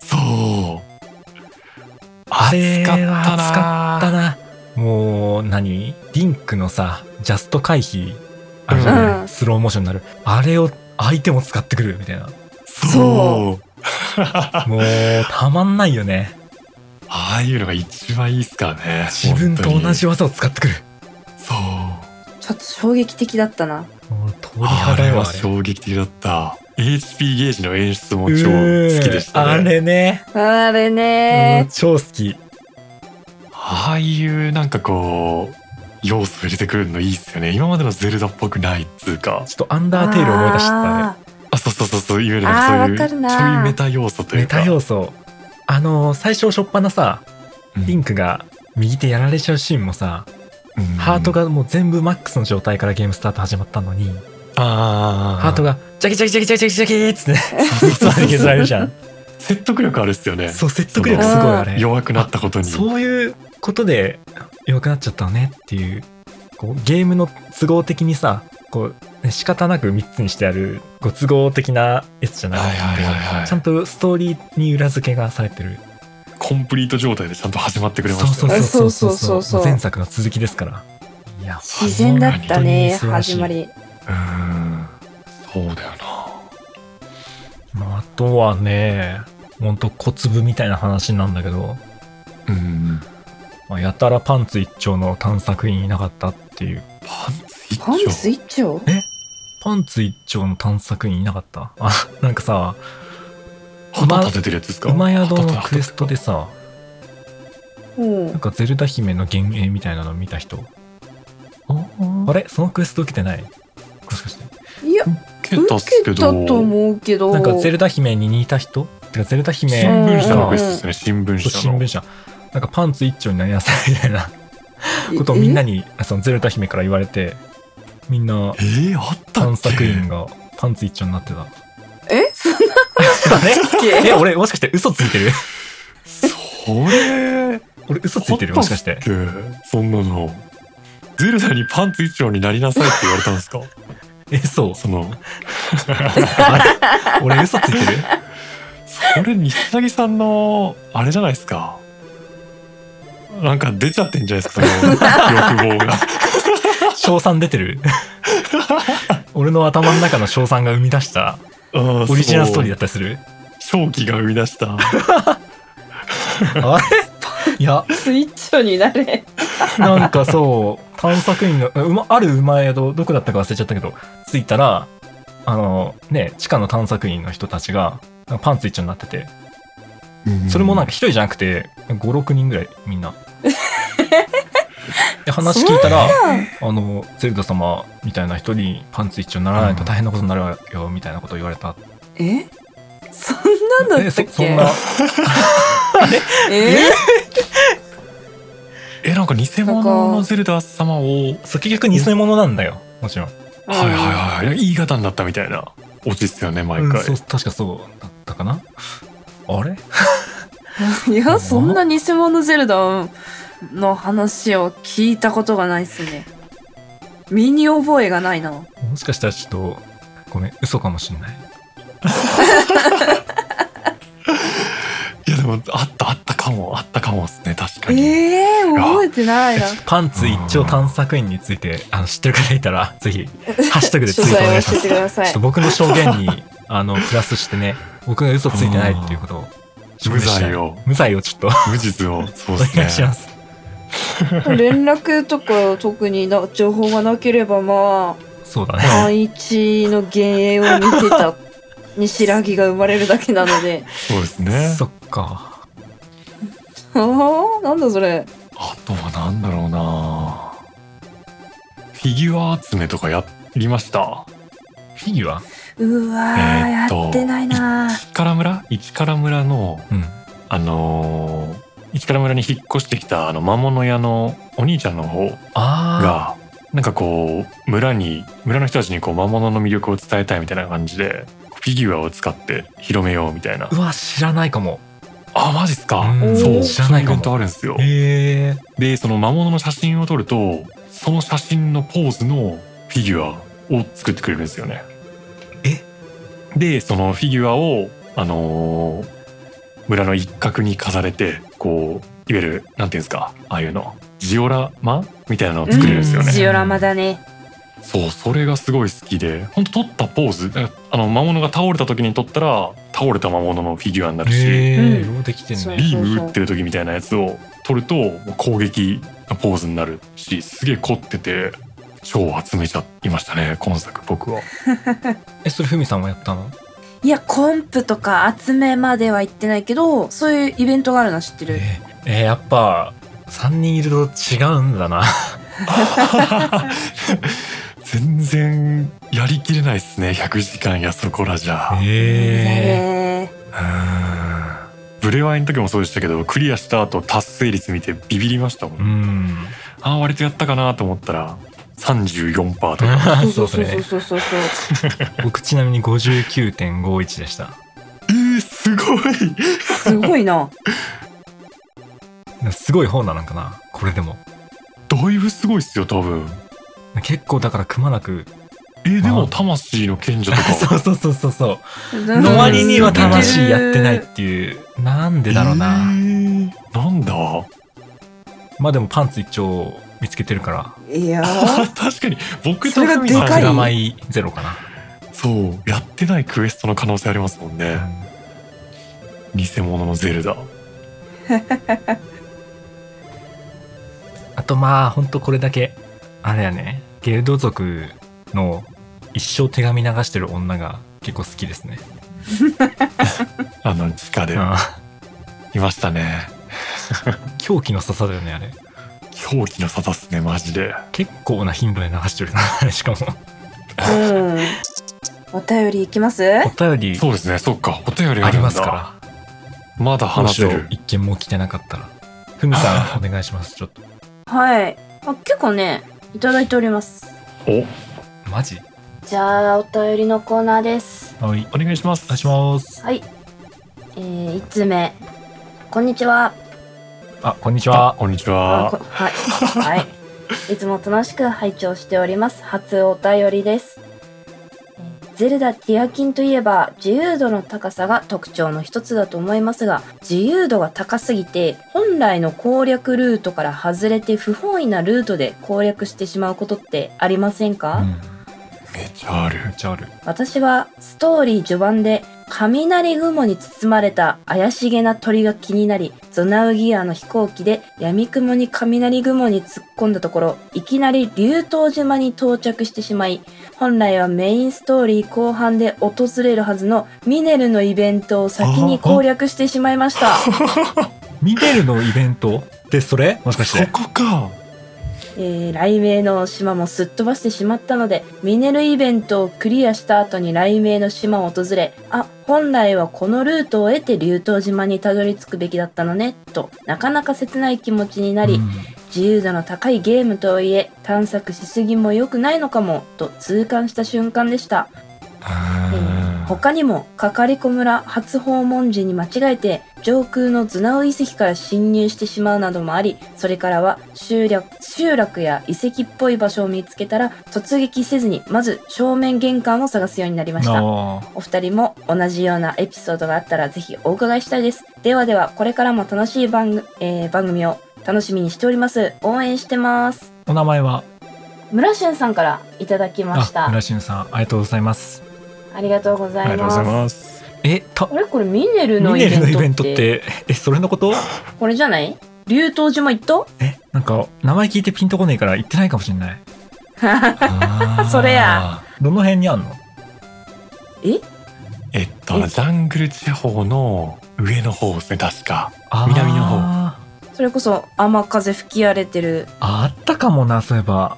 そう
あれは
暑
暑か
かっ
だ
たな
なもう何リンクのさジャスト回避あるじゃない、
うん
スローモーションになるあれを相手も使ってくるみたいな
そう
もうたまんないよね
ああいうのが一番いいっすからね
自分と同じ
本
技を使ってくる
当にそう
ちょっと衝撃的だったな。
もう鳥
あ
肌
れ
よ
は
あれ
衝撃的だった HP ゲージの演出も超好きでし
うー
たね
んあれね、
あれ
うん
ね
超好き
ああいうなんかこう要素入れてくるのいいっすよね今までのゼルダっぽくないっつうか
ちょっとアンダーテイル思い出しちゃったね
ね。
あそうそうそうそういわゆるなんか
あー
そうい
わ
う
か
ち
るな
ょいメタ要素とい
メ
うか
タ要素あのー最初初っ端なさ
うん
リンクが右手やられちゃうシーンもさ、
うん
ハートがもう全部マックスの状態からゲームスタート始まったのに、
あ
ハート
が
がジャキジャキジャキジャキジャキジャキっつって (laughs) そに削られるじ
(laughs)
ゃん
説得力あるっすよね
そう説得力すごいあれ
弱くなったことに
そういうことで弱くなっちゃったのねっていうこうゲームの都合的にさこうね仕方なく3つにしてあるご都合的なやつじゃない,、
はいはいはいはい
ちゃんとストーリーに裏付けがされてる
コンプリート状態でちゃんと始まってくれま
そう
した
そ
よね
うそうそう
そうそうそうそう
前作の続きですからいや
自然だった
本当
ね
に素晴らしい
始まり
うーんそうだよな
まああとはねほんと小粒みたいな話なんだけど、
うん
まあ、やたらパンツ一丁の探索員いなかったっていう
パンツ一
パンツ
丁
一丁
パンツ一丁の探索員いなかったあなんかさ
旗立ててるやつですか
馬宿のクエストでさ
うん
なんかゼルダ姫の幻影みたいなの見た人あれそのクエスト受けてないもしかして
いや
受けたっ
受
す
け
け
た
ど
と思うけど
なんかゼルダ姫に似た人てかゼルダ姫
新
うん
聞社のクエストですね新聞
そう
社
新
の
聞社なんかパンツ一丁になりなさいみたいなことを
え
みんなにそのゼルダ姫から言われてみんな
えー、あったっけ
探索員がパンツ一丁になってたあ
えそんな
れえ俺もしかして嘘ついてる
それ
俺嘘ついてるもしかして
そんなのゼルダにパンツ一丁になりなさいって言われたんですか
えそう
その
あれ (laughs) 俺嘘ついてる
それ西崎さんのあれじゃないですかなんか出ちゃってんじゃないですかその欲
(laughs)
望が
賞賛出て
(laughs)
る俺の頭の中の賞賛が生み出した
オ
オリジナルストーリーだったりする
正気が生み出した
あれ (laughs) い
(laughs)
や
スイッチになれ
なんかそう探索員のうまある馬宿どこだったか忘れちゃったけど着いたらあのね地下の探索員の人たちがなんかパンツ一丁になってて (laughs) それもなんか一人じゃなくて56人ぐらいみ
(laughs)
んな。で話聞いたら「あのゼルダ様みたいな人にパンツ一丁にならないと大変なことになるわよ」みたいなことを言われた
えそんな
え
のだったっ
そ
け
そんな
え
えなんか偽物のゼルダ様を
そう結局偽物なんだよもちろん、
はいはいはいいい方になったみたいなオチっすよね毎
うん
回、
そう確かそうだったかなあれ
いいやそんな偽物ゼルダの話を聞いたことがないっすね身に覚えがないな
もしかしたらちょっとごめん嘘かもしんない
いやでもあったあったかもあったかもっすね確かに、
えー、覚えてないな
パンツ一丁探索員についてあの知ってる方いた (laughs) らぜひ「ハッシュタグで
詳
ツイートお願
細
いしま
を教え
す
てくださ
ちょっ
い
と僕の証言にあのプラスしてね僕が嘘ついてないっていうことを証明
無
したい
罪を
無罪をちょっと
無実をそう
お
で
願いし
す
ま
ね
す (laughs)
連絡とか特にな情報がなければまあ
そうだね
パンイチの幻影を見てた西ラギが生まれるだけなの (laughs) で
そうですね
そっか
ああなんだそれ
あとはなんだろうなフィギュア集めとかやりました
フィギュア
うわー、
えーっと
やってないなー
一から村一から村の
うん
あのー一から村に引っ越してきたあの魔物屋のお兄ちゃんの方
あ
がなんかこう村に村の人たちにこう魔物の魅力を伝えたいみたいな感じでフィギュアを使って広めようみたいな
あうわ知らないかも
あマジっすか、
うん
そう
知らないかも
そういうイベントあるんですよ
へえ
でその魔物の写真を撮るとその写真のポーズのフィギュアを作ってくれるんですよね
え
でそのフィギュアをあのー村の一角に飾れてこういわゆるなんていうんですかああいうのジオラマみたいなのを作れるんですよ
うん
ね、
ジオラマだね
そうそれがすごい好きで本当撮ったポーズだからあの魔物が倒れた時に撮ったら倒れた魔物のフィギュアになるし、
へえ
う
ようできてん
そ
ね
う
ビーム打ってる時みたいなやつを取るともう攻撃のポーズになるしすげえ凝ってて超集めちゃいましたね今作
(laughs)
僕は
えそれふみさんはやったの
いやコンプとか集めまでは行ってないけどそういうイベントがあるのは知ってる
えーえーやっぱ3人いると違うんだな
全然やりきれないっすね100時間やそこらじゃ、
え
え
うーんブレワイの時もそうでしたけどクリアした後達成率見てビビりましたもん、
うん
ああ割とやったかなと思ったら34%とか (laughs)
そうそれ
そうそうそう
僕ちなみに59.51でした
えー、すごい (laughs)
すごいな
すごい方なのかなこれでも
だいぶすごいっすよ多分
結構だからくまなく
えー
ま
で
あ
も魂の賢者とか
(laughs) そうそうそうそうそう
の
の割には魂やってないっていうなんでだろうな、
えーなんだ
まあでもパンツ一丁見つけてるから、
いやー
あ (laughs) 確かに僕
それがで
神さ
か
ん
い
プラマイゼロかな。
そうやってないクエストの可能性ありますもんね偽物のゼルダ
あとまあほんとこれだけあれやねゲルド族の一生手紙流してる女が結構好きですね。
あの地下で
あ
いましたね
あ狂気の刺さだよねあれ。
狂気の沙汰っすねマジで
結構な頻度で流してるな (laughs) あれしかも。
(laughs)
うんお便りいきます
お便り
そうですねそっかお便りあ
あ
る
り
んだ
ますから。
まだ
む
話
し
せ
ろ
る
一件も来てなかったら。ふみさんお願いしますちょっと。
はい。あ結構ね、いただいております。
お
マジ
じゃあ、お便りのコーナーです。
はい。
お願いします
お願いします。
はい。えー、1つ目。こんにちは。
あこんにち
あ
は。
こんにち
あ
は
こはい。はい。いつも楽しく拝聴しております。初お便りです。えーゼルダティアキンといえば自由度の高さが特徴の一つだと思いますが自由度が高すぎて本来の攻略ルートから外れて不本意なルートで攻略してしまうことってありませんか、
うん
めっちゃある
めっちゃある。
私はストーリー序盤で雷雲に包まれた怪しげな鳥が気になりゾナウギアの飛行機で闇雲に雷雲に突っ込んだところいきなり竜頭島に到着してしまい本来はメインストーリー後半で訪れるはずのミネルのイベントを先に攻略してしまいました
ミネルのイベントでそれもしかし
そ
て。
こか
えー雷鳴の島もすっ飛ばしてしまったのでミネルイベントをクリアした後に雷鳴の島を訪れあ本来はこのルートを得て竜頭島にたどり着くべきだったのねとなかなか切ない気持ちになり、
うん
自由度の高いゲームとはいえ探索しすぎも良くないのかもと痛感した瞬間でしたえー他にも係子村初訪問時に間違えて上空の頭脳遺跡から侵入してしまうなどもありそれからは集落集落や遺跡っぽい場所を見つけたら突撃せずにまず正面玄関を探すようになりました
ああ
お二人も同じようなエピソードがあったらぜひお伺いしたいですではではこれからも楽しい番,、えー番組を楽しみにしております応援してます
お名前は
村俊さんからいただきまし
あ
た
村俊さんありがとうございます。
ありがとうござ
あり
い
がと
ます
うございます
えた
あれこれミネル
ミ
のイ
ネルのイベ
ベ
ン
ン
ト
ト
っ
って
てえそれのこと
これじゃない竜頭島行った
えなんか名前聞いてピンとこねえから言ってないかもしれない
あ
(laughs)
ー
それや
どの辺にあんの
えっと
え
ジャングル地方の上の方ですね確か南の方
あ
それこそ雨風吹き荒れてる
ーあったかもなそういえば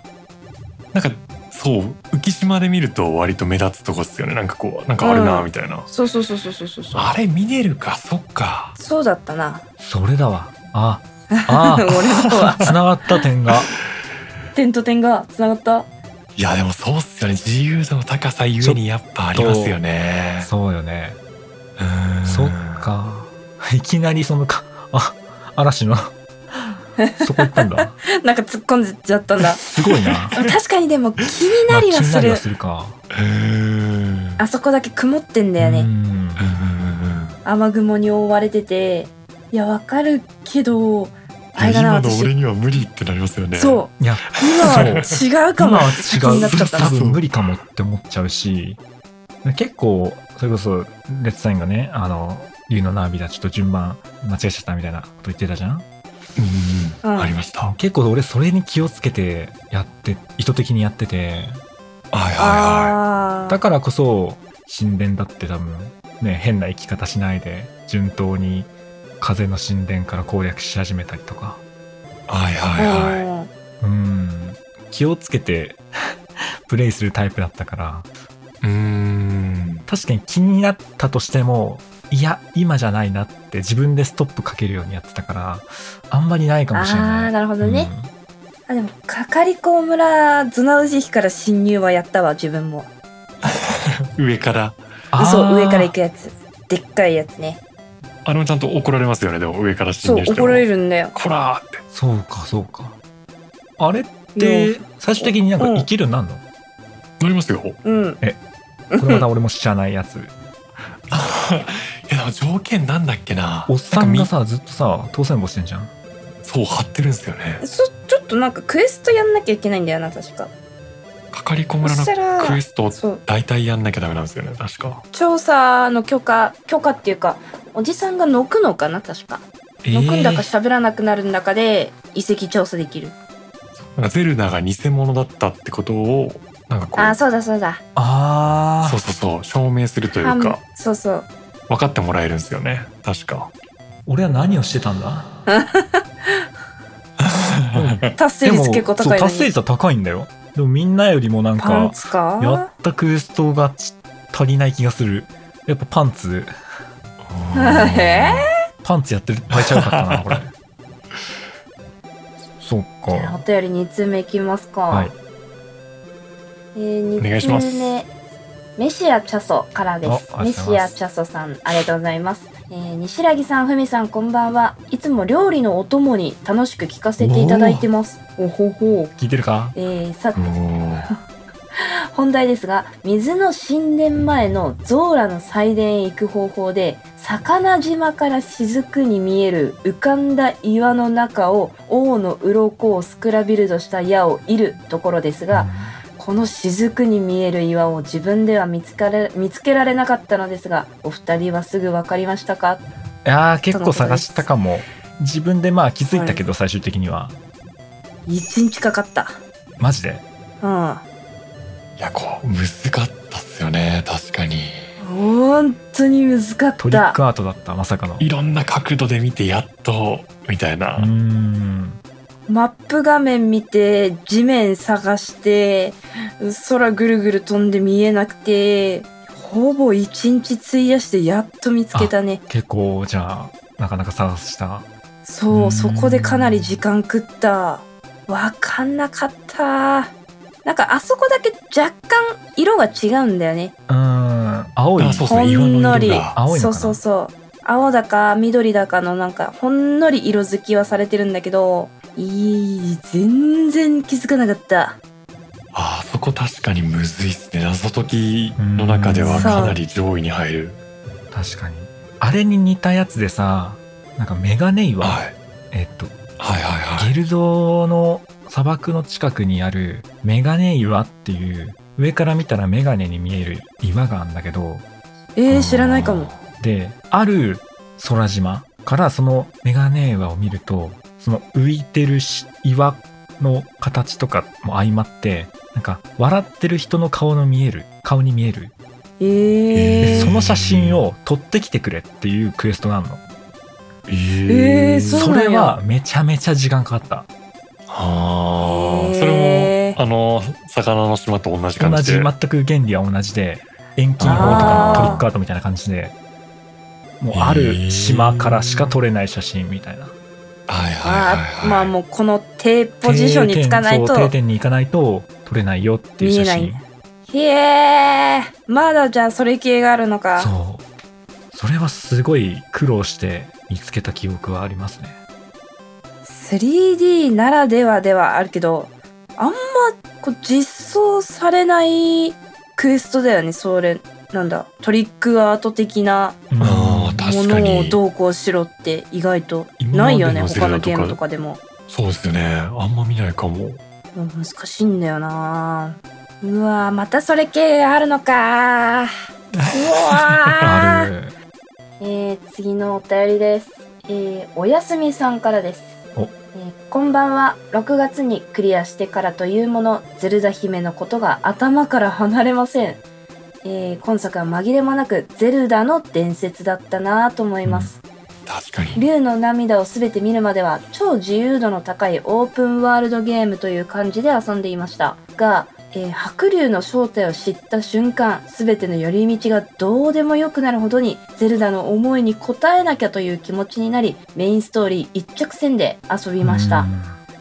なんかそう浮島で見ると割と目立つとこっすよねなんかこうなんかあるな
うん
みたいな、
そうそうそうそうそうそうそう
あれミネルかそっか
そうだったな
それだわあ
(laughs) 俺
あ
とは
つながった点
(laughs)
が
点と点がつながった
いやでもそうっすよね自由度の高さゆえにやっぱありますよね
そうよね
うーん
そっかいきなりそのかあ嵐のそこ行ったんだ
なんか突っ込んじゃったんだ
すごいな
確かにで (laughs) も気になり
ま
は
あ気に
す
なり
る
はするか
うーん
あそこだけ曇ってんだよ
う
ね
ん
うんうんうんうん
雨雲に覆われてていやわかるけどあれだな
今の俺
私
には無理ってなりますよねう
そう
いや
今は違うかも
今は
気に
違
な
う
っちゃった
多
な
分無理かもって思っちゃうし結構それこそレッツさんがねあの「竜の涙」ちょっと順番間違えちゃったみたいなこと言ってたじゃん
うん、
うん
ありましたはい
結構俺それに気をつけてやって意図的にやってて
はいは
あ
だからこそ神殿だって多分ね変な生き方しないで順当に風の神殿から攻略し始めたりとか
いはい
あ
はいはい
うん気をつけてプレイするタイプだったから
うーん
確かに気になったとしてもいや今じゃないなって自分でストップかけるようにやってたからあんまりないかもしれない
あーなるほどね、
うん
あでも係子村ズナウジヒから侵入はやったわ自分も
上から
あー
そう上から行くやつでっかいやつね
あれもちゃんと怒られますよねでも上から侵
そう
入して
怒
も
られるんだよ
こらーって
そうかそうかあれって最終的になんか生きるようになるの、
(laughs) なりますよ
うん
これまた俺も知らないやつ
えだから条件なんだっけな
おっさんが
なか
さずっとさ当選簿してんじゃん
みそう張ってるんですよね
そちょっとなんかクエストやんなきゃいけないんだよな確か
かかりこ
そ
村の
したら
クエストを
そう
大体やんなきゃダメなんですよね確か
調査の許可許可っていうかおじさんがのくのかな確か
え
のくんだか
ー
喋らなくなるんだかで遺跡調査できる
なんかゼルダが偽物だったってことをなんかこ
あ
う
そうだそうだ
あ
そうそうそう証明するとい
は
うんか
そうそう
分かってもらえるんですよね
(laughs)
確か
俺は何をしてたんだ
達成率結構
そ
高
う
いの
達成
に
率は高いんだよでもみんなよりもなん
パン
か
ツ
や
か
ったクエストがち足りない気がするやっぱパンツ
(laughs) え
パンツやってる場合ちゃうかった
(laughs)
なこれそっ
ー、
か
お便り2通目いきますか、
はい
えー、
お願いします
2通目メシアチャソからです
ああり
メ
がとうご
シ
ざいま
ア
す
チャソさんありがとうございます、えー、西良木さんふみさんこんばんはいつも料理のお供に楽しく聞かせていただいてますおほほ
聞いてるか
えー、さ
おー
本題ですが水の神殿前のゾーラの祭殿へ行く方法で魚島から雫に見える浮かんだ岩の中を王の鱗をスクラビルドした矢を射るところですが、この雫に見える岩を自分では見つかれ見つけられなかったのですがお二人はすぐ分かりましたか
いやー結構探したかも自分でまあ気づいたけど、最終的には
一日かかった
マジで
うん
いやこう難かったっすよね確かに
本当に難かっ
トリッ
た
クアートだったまさかのう
いろんな角度で見てやっとみたいな、
ーん
マップ画面見て、地面探して、空ぐるぐる飛んで見えなくて、ほぼ一日費やしてやっと見つけたね。
結構じゃあなかなか探した
そうう、
ん
そこでかなり時間食った。わかんなかった。なんかあそこだけ若干色が違うんだよね。
うーん青い
あそうっす
ほ
ね岩
ん
の
のり
色が
青いのか
そう
な
そうそう。青だか緑だかのなんかほんのり色づきはされてるんだけど、いい、全然気づかなかった。
あそこ確かにむずいっすね謎解きの中ではかなり上位に入る
確かにあれに似たやつでさなんかメガネ岩、
はい
えっと
はいはいはい
ゲルドの砂漠の近くにあるメガネ岩っていう上から見たらメガネに見える岩があるんだけど
えー、知らないかも。
である空島からそのメガネ岩を見るとその浮いてるし岩の形とかも相まってなんか笑ってる人の顔の見える顔に見える
え
で
え
その写真を撮ってきてくれっていうクエストがあるの
えー
えーそう
そ
なんや
れはめちゃめちゃ時間かかった
あー
へー
それもあの魚の島と同じ感
同
じ
じ
で
全く原理は同じで遠近法とかのトリックアートみたいな感じでもうある島からしか撮れない写真みたいな
はいはいはい
あ
は
ー
い
まあもうこの低ポジションにつかない
定点そう定
と
点に行かないと撮れないよっていう写
見え
真
へえまだじゃあそれ系があるのか
そうそれはすごい苦労して見つけた記憶はありますね
3D ならではではあるけどあんまこう実装されないクエストだよねそれなんだトリックアート的な
うん
あー確
も
かに
のをどうこうしろって意外と
今ま
な
で
いよね他
ゼルダ
のゲームとかでも
そうですよねあんま見ないかも
でも難しいんだよなうわーまたそれ系あるの
(laughs)
かーうわ
あ
ー
る
えー次のお便りです。えーおやすみさんからです。
お
えーこんばんは。6月にクリアしてからというもの、ゼルダ姫のことが頭から離れません。えー今作は紛れもなくゼルダの伝説だったなぁと思います。
確かに
竜の涙をすべて見るまでは超自由度の高いオープンワールドゲームという感じで遊んでいましたが、えー白龍の正体を知った瞬間すべての寄り道がどうでもよくなるほどにゼルダの思いに応えなきゃという気持ちになりメインストーリー一直線で遊びました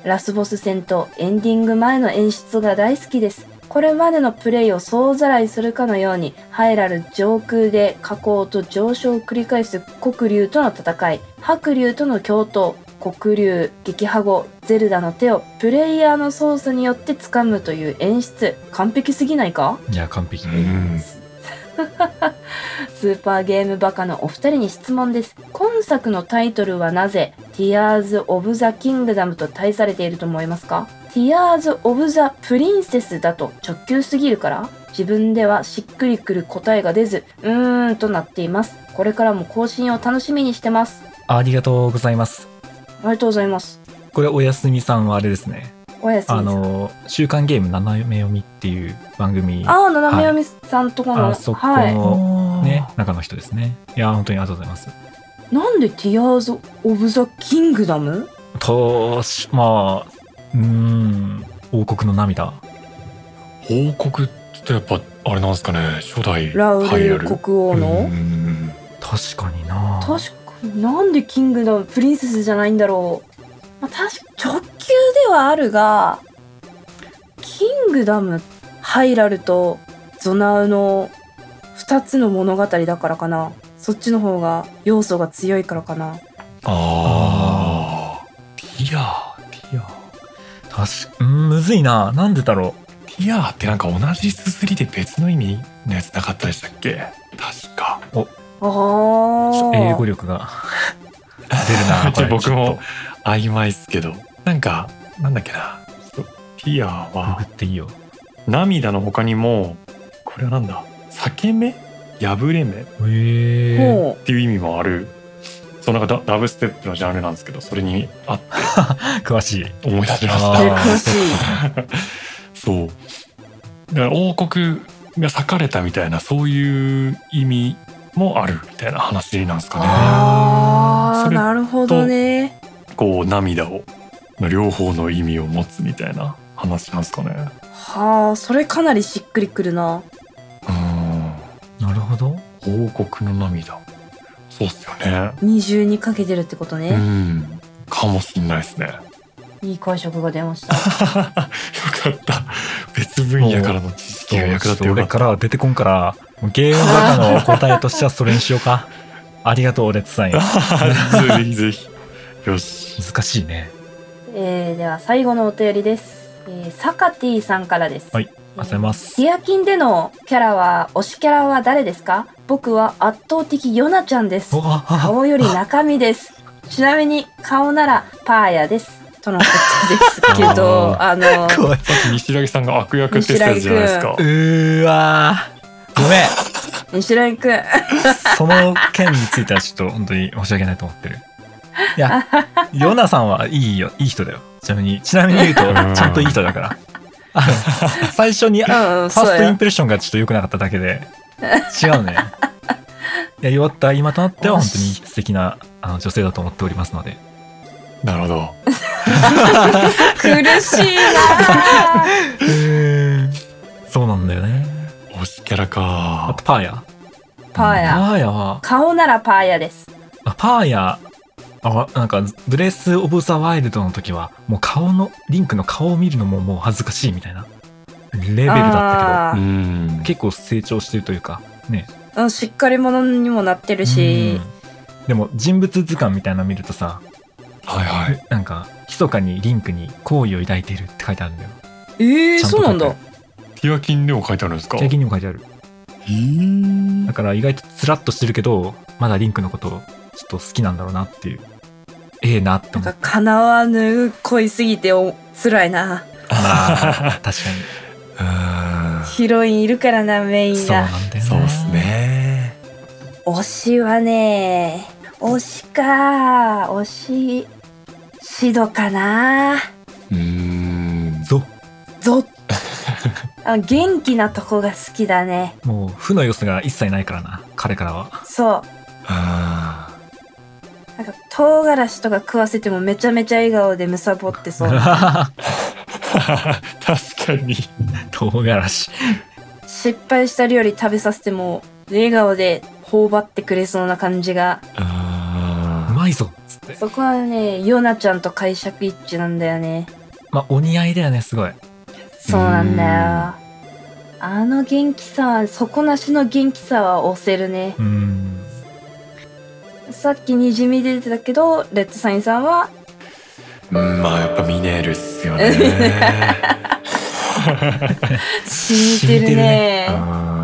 ラスボス戦とエンディング前の演出が大好きです。これまでのプレイを総ざらいするかのように、ハイラル上空で下降と上昇を繰り返す黒竜との戦い、白竜との共闘、黒竜、撃破後、ゼルダの手をプレイヤーの操作によって掴むという演出、完璧すぎないか
うんいや完璧
うん
スーパーゲームバカのお二人に質問です。今作のタイトルはなぜ、Tears of the Kingdom と対されていると思いますか ?Tears of the Princess だと直球すぎるから、自分ではしっくりくる答えが出ず、うーんとなっています。これからも更新を楽しみにしてます。
ありがとうございます。
ありがとうございます。
これ、おやすみさんはあれですね。
おやすみ
あ
さん。
の、週刊ゲーム斜め読みっていう番組、
ああ、斜め読みさんとこの、
あそこ
はい。
の、ね、中の人ですね。いやー、本当にありがとうございます。
なんで Tears of the Kingdom?
とし、まあ、うーん、王国の涙。
報告ってやっぱあれなんですかね初代
ラウ
栄え
ル
ある
国王の、
うん
確かにな
確かになんでキングダムプリンセスじゃないんだろう、まあ、確か直球ではあるがキングダムハイラルとゾナウの2つの物語だからかなそっちの方が要素が強いからかな
あーティアー
いや確かうんむずいななんでだろ
ティアーってなんか同じすすりで別の意味のやつなかったでしたっけ確か
あ
うちょ
ー
英語力 (laughs) が出るなこ
ちょ
れ
僕も
ちょ
曖昧っすけどなんかなんだっけなちょっとティアー
っと
は
ググっていいよ
涙の他にもこれはなんだ裂け目破れ目っ
へえ
も
ていう意味もあるそのなんかダダブステップのジャンルなんですけどそれにあっ
詳しい
思い出しま
う
し
あ
え
ー
詳しい
たそうだから王国が裂かれたみたいなそういう意味もあるみたいな話なんですか
あー
それと
なるほどね
ねこう涙をの両方の意味を持つみたいな話なんですかね
はあそれかなりしっくりくるな
うん
なるほど
王国の涙そうっすよね
二重にかけてるってこと
う
ね、
んかもしんないですねよ
いい解釈が出ました
かった別分野からの知識が役立ってよか
俺
った
からは出てこんからもうゲームバカの答えとしてはそれにしよう (laughs) かありがとう俺レッツさん
(laughs) ぜひぜひよし
難しいね
えーでは最後のお便りです、えーサカティさんからです
はいありがとうございます
ディアキンでのキャラは推しキャラは誰ですか僕は圧倒的ヨナちゃんです
おああ
顔より中身ですちなみに顔ならパーヤですとのことです
(laughs)
け
あ
ど
ー
あの
怖い
さっき西柳さんが悪役って言ってたやつじゃないですか
うーわーごめん
西来くん
その件についてはちょっと本当に申し訳ないと思ってる。いや、
(laughs)
ヨナさんはいいよ、いい人だよ。ちなみに、ちなみに言うと、
うん
ちゃんといい人だから。あの、最初に、ファ
うんうん
ース
そう
トイン
よ
プレッションがちょっと良くなかっただけで、違う
(laughs)
ね。いや、弱った今となっては本当に素敵なあの女性だと思っておりますので。
なるほど
苦しいなー
そうなんだよね。
推しキャラ
あ
か
と、パーヤ。
パーヤ
パーヤは、
顔ならパーヤです
あパーやあわなんかブレス・オブ・ザ・ワイルドの時はもう顔のリンクの顔を見るのももう恥ずかしいみたいなレベルだった
あー
ん
けど結構成長してるというかね
うんしっかり者にもなってるし
うんでも人物図鑑みたいなの見るとさ
はいはい
なんか密かにリンクに好意を抱いているって書いてあるんだよ
えー、
ちゃんと
そうなんだ
書いて
ティアキンでも書いてあるんですか
定義にも書いてある
へー
だから意外とつらっとしてるけどまだリンクのことをちょっと好きなんだろうなっていうええなって
なん
思
か
う、
叶わぬ恋すぎてお辛いな。
まあ、確か
う
ヒロインいるからな、メイ
に
ン
そう
が。
なんだよ
ー
ね
んそうっすね
推しはね、推しか、推し、シドかな。
うーん
ぞ
ゾッあの元気なとこが好きだね。
もう負の要素が一切ないからな彼からは
そう。
あ
なんか唐辛子とか食わせてもめちゃめちゃ笑顔でむさぼっ
(laughs)
てそう。
ー確かに
唐辛子
失敗した料理食べさせても笑顔で頬張ってくれそうな感じが。
う
あ
まいぞっつって
そこはね、ヨナちゃんと解釈一致なんだよね。
まあお似合いだよねすごい
そうなんだよ。あの元気さは、底なしの元気さは押せるね。
うん
さっきにじみ出てたけど、レッドサインさんは、
ーうんまあやっぱミネールっすよね
染みてるね。
うん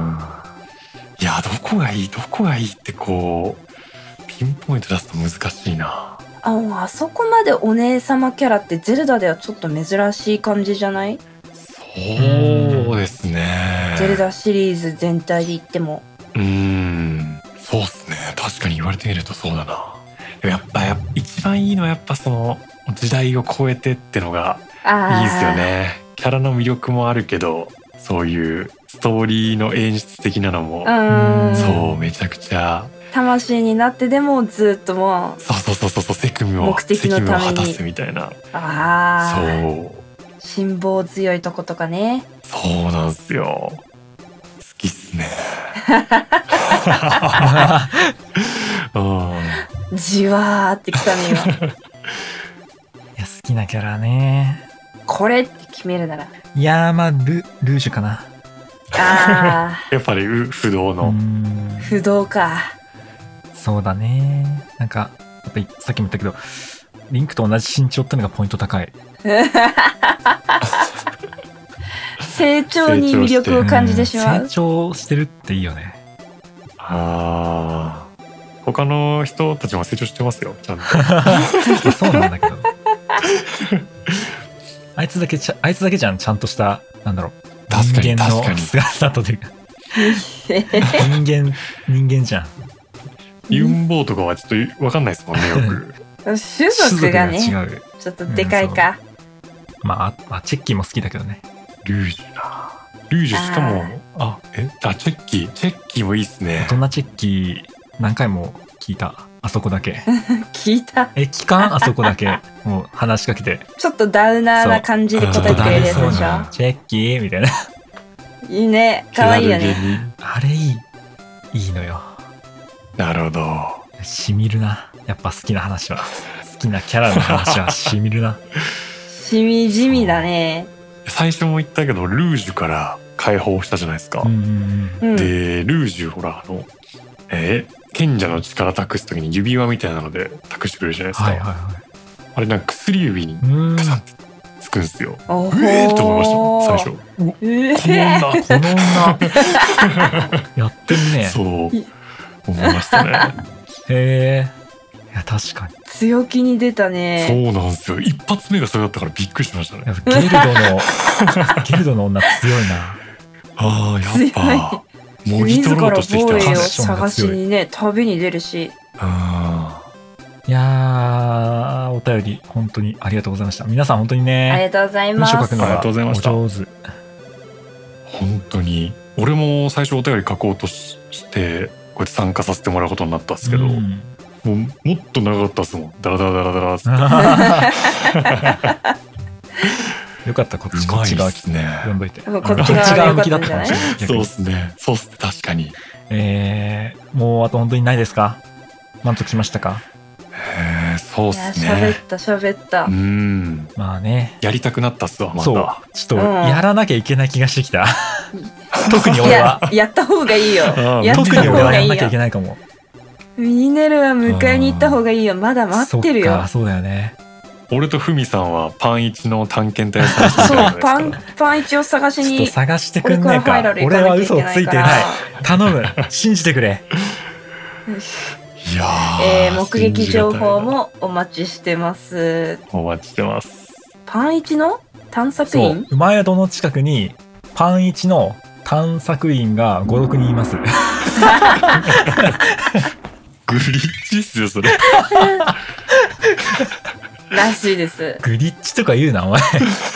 いややどこがいいどこがいいってこうピンポイント出すと難しいな
あもうあそこまでお姉様キャラってゼルダではちょっと珍しい感じじゃない
そうですね
ゼルダシリーズ全体で言っても
うーんそうっすね確かに言われてみるとそうだなでもやっぱやっぱ一番いいのはやっぱその時代を超えてってのが
ああ
いいですよねキャラの魅力もあるけどそういうストーリーの演出的なのも
う、ーん
そうめちゃくちゃ
魂になってでもずっともう
そうそうそうそうそう責務を
目的のために
責務を果たすみたいな
ああ
そう
辛抱強いとことかね
そうなんすよ好きっ
(laughs)
すねうん
じわーってきたね
(laughs)
今
いや、好きなキャラね。
これって決めるなら
いやー、まあ、ル、ルージュかな。
ああ
やっぱりう不動
うー
の、
ん
不動か
そうだね。なんか、やっぱりさっきも言ったけど、リンクと同じ身長ってのがポイント高い。
成長に魅力を感じてしま
ん成
う
長してるっていいよね。
あー他の人たちも成長してますよ
(laughs)
ちゃんと
いやそうなんだけど。あいつだけちゃ、あいつだけじゃん、ちゃんとした、なんだろう。
確かに
人間の
確かに
姿というか。人間、人間じゃん。
(laughs)
ユンボーとかはちょっと分かんないですもんねよく
種族がね
種違う。
ちょっとでかいか、
まああ、まあ、チェッキーも好きだけどね。
ルージュなルージュしかもあえあチェッキーチェッキーもいいっすね
大人チェッキー何回も聞いた。あそこだ
(laughs)
け。
聞いた
え、聞かんあそこだけ。もう話しかけて。
ちょっとダウナーな感じで
ちょっ
答え
と
て
ダ
くれ
メ
るやつ
そう
でし
な。チェッキーみたいな。
ょいいねかわいいよ
手
ね
軽げに
あれいい。いいのよ。
なるほど
しみるな。やっぱ好きな話は。好きなキャラの話はしみるな。
しみじみだね
最初も言ったけどルージュから解放したじゃないですか、
うんうんうん。
うん
でルージュほらあのえー賢者の力託す時に指輪みたいなので託してくれるじゃないです
は
か、
いはいは
あれなんか薬指に
い。うん。
ガサンってつくんですよ、
お
うえーって思いました最初うわこんなこ
この女。 (laughs) やってんね。
そう思いましたね
へえ。いや、確かに。
強気に出たね
そうなんですよ一発目がそれだったからびっくりしましたね
やっぱゲルド
(laughs)
の、ゲルドの女強いな。
ああやっぱもぎ
自
取
ら
ろ
防
うとしてきた
自
衛
ら
を
防
な
探しにね旅に出るし
あ
いやー、お便り、本当にありがとうございました。皆さん本当に
あり
ね、
がとうござい
文
ま
章書
す
くの
あり
が
がとうござい
お
ました
上手。
本当に俺も最初お便り書こうとししてこうやって参加させてもらうことになったんですけど、
う
も
ん
うもっと長かったですもんダラダラダラダラって (laughs)
よかった、こっち、
う
こ
ま
っ
い
ち側
っ
聞
すね
読んどいて。
こっち側が良かったんじゃな
こっち側向きだったかも
い
しれない
そうっすねそうっすね確かに
えー、もうあと本当にないですか満足しましたか
へえそうっ
いや
す
喋
ね
った喋った
うん
まあね。
やりたくなったっすわま
そう
た。
ちょっと、
うん
やらなきゃいけない気がしてきた。特に俺は。
ややった方がいいよ
あー
やっ
特
た
に
方
俺は
が
やら
いい
なきゃ
よ
いけないかも。
ミネルは迎えに行った方がいいよまだ待って
そ
る
っ
よ
か、そうだよね。
(laughs) 俺とふみさんはパン一の探検隊を探して
そ
みた
う
い
パ
な (laughs)
ンパン一を探し
ちょっと
に
探してく
俺
んね
から
え
ファ
か
イラル。行
俺
か
は
なき
嘘
ゃ
を
い
つ
けない
い
か
ていない
ら。
頼む。信じてく
(laughs)
れ。
いやー
えー目撃情報
信じが
もお待ちしてます
たいなお待ちしてます
パン一の探索
そ
員
う、馬宿の近くに、パン一の探索員が5、6人います。 (laughs)
グリッチっすよそれ
らしいです
グリッチとか言うな、お前。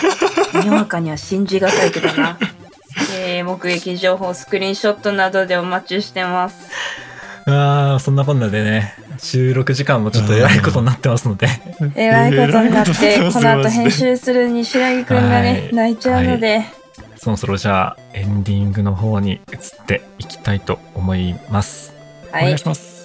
(laughs)
にわかには信じがたいけどな、 (laughs) えー目撃情報スクリーンショットなどでお待ちしてます
あーそんなこんなでね、収録時間もちょっと偉いことになってますので、 (laughs)
えらいことになっ
え
て
ら
こ
いこ
と
に
の
なってます
後編集する西柳くんがね、
はい
泣いちゃうので、
そろそろじゃあ、エンディングの方に移っていきたいと思います。
お
はい
願いします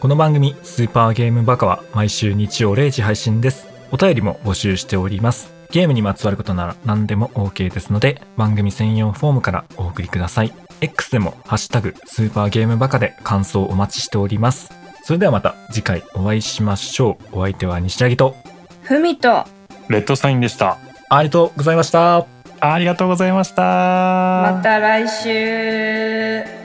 この番組、スーパーゲームバカは毎週日曜0時配信です。お便りも募集しております。ゲームにまつわることなら何でも OK ですので、番組専用フォームからお送りください。X でも、ハッシュタグ、スーパーゲームバカで感想お待ちしております。それではまた次回お会いしましょう。お相手は西柳と、
ふみと
レッドサインでした
ありがとうございました。
ありがとうございました
また来週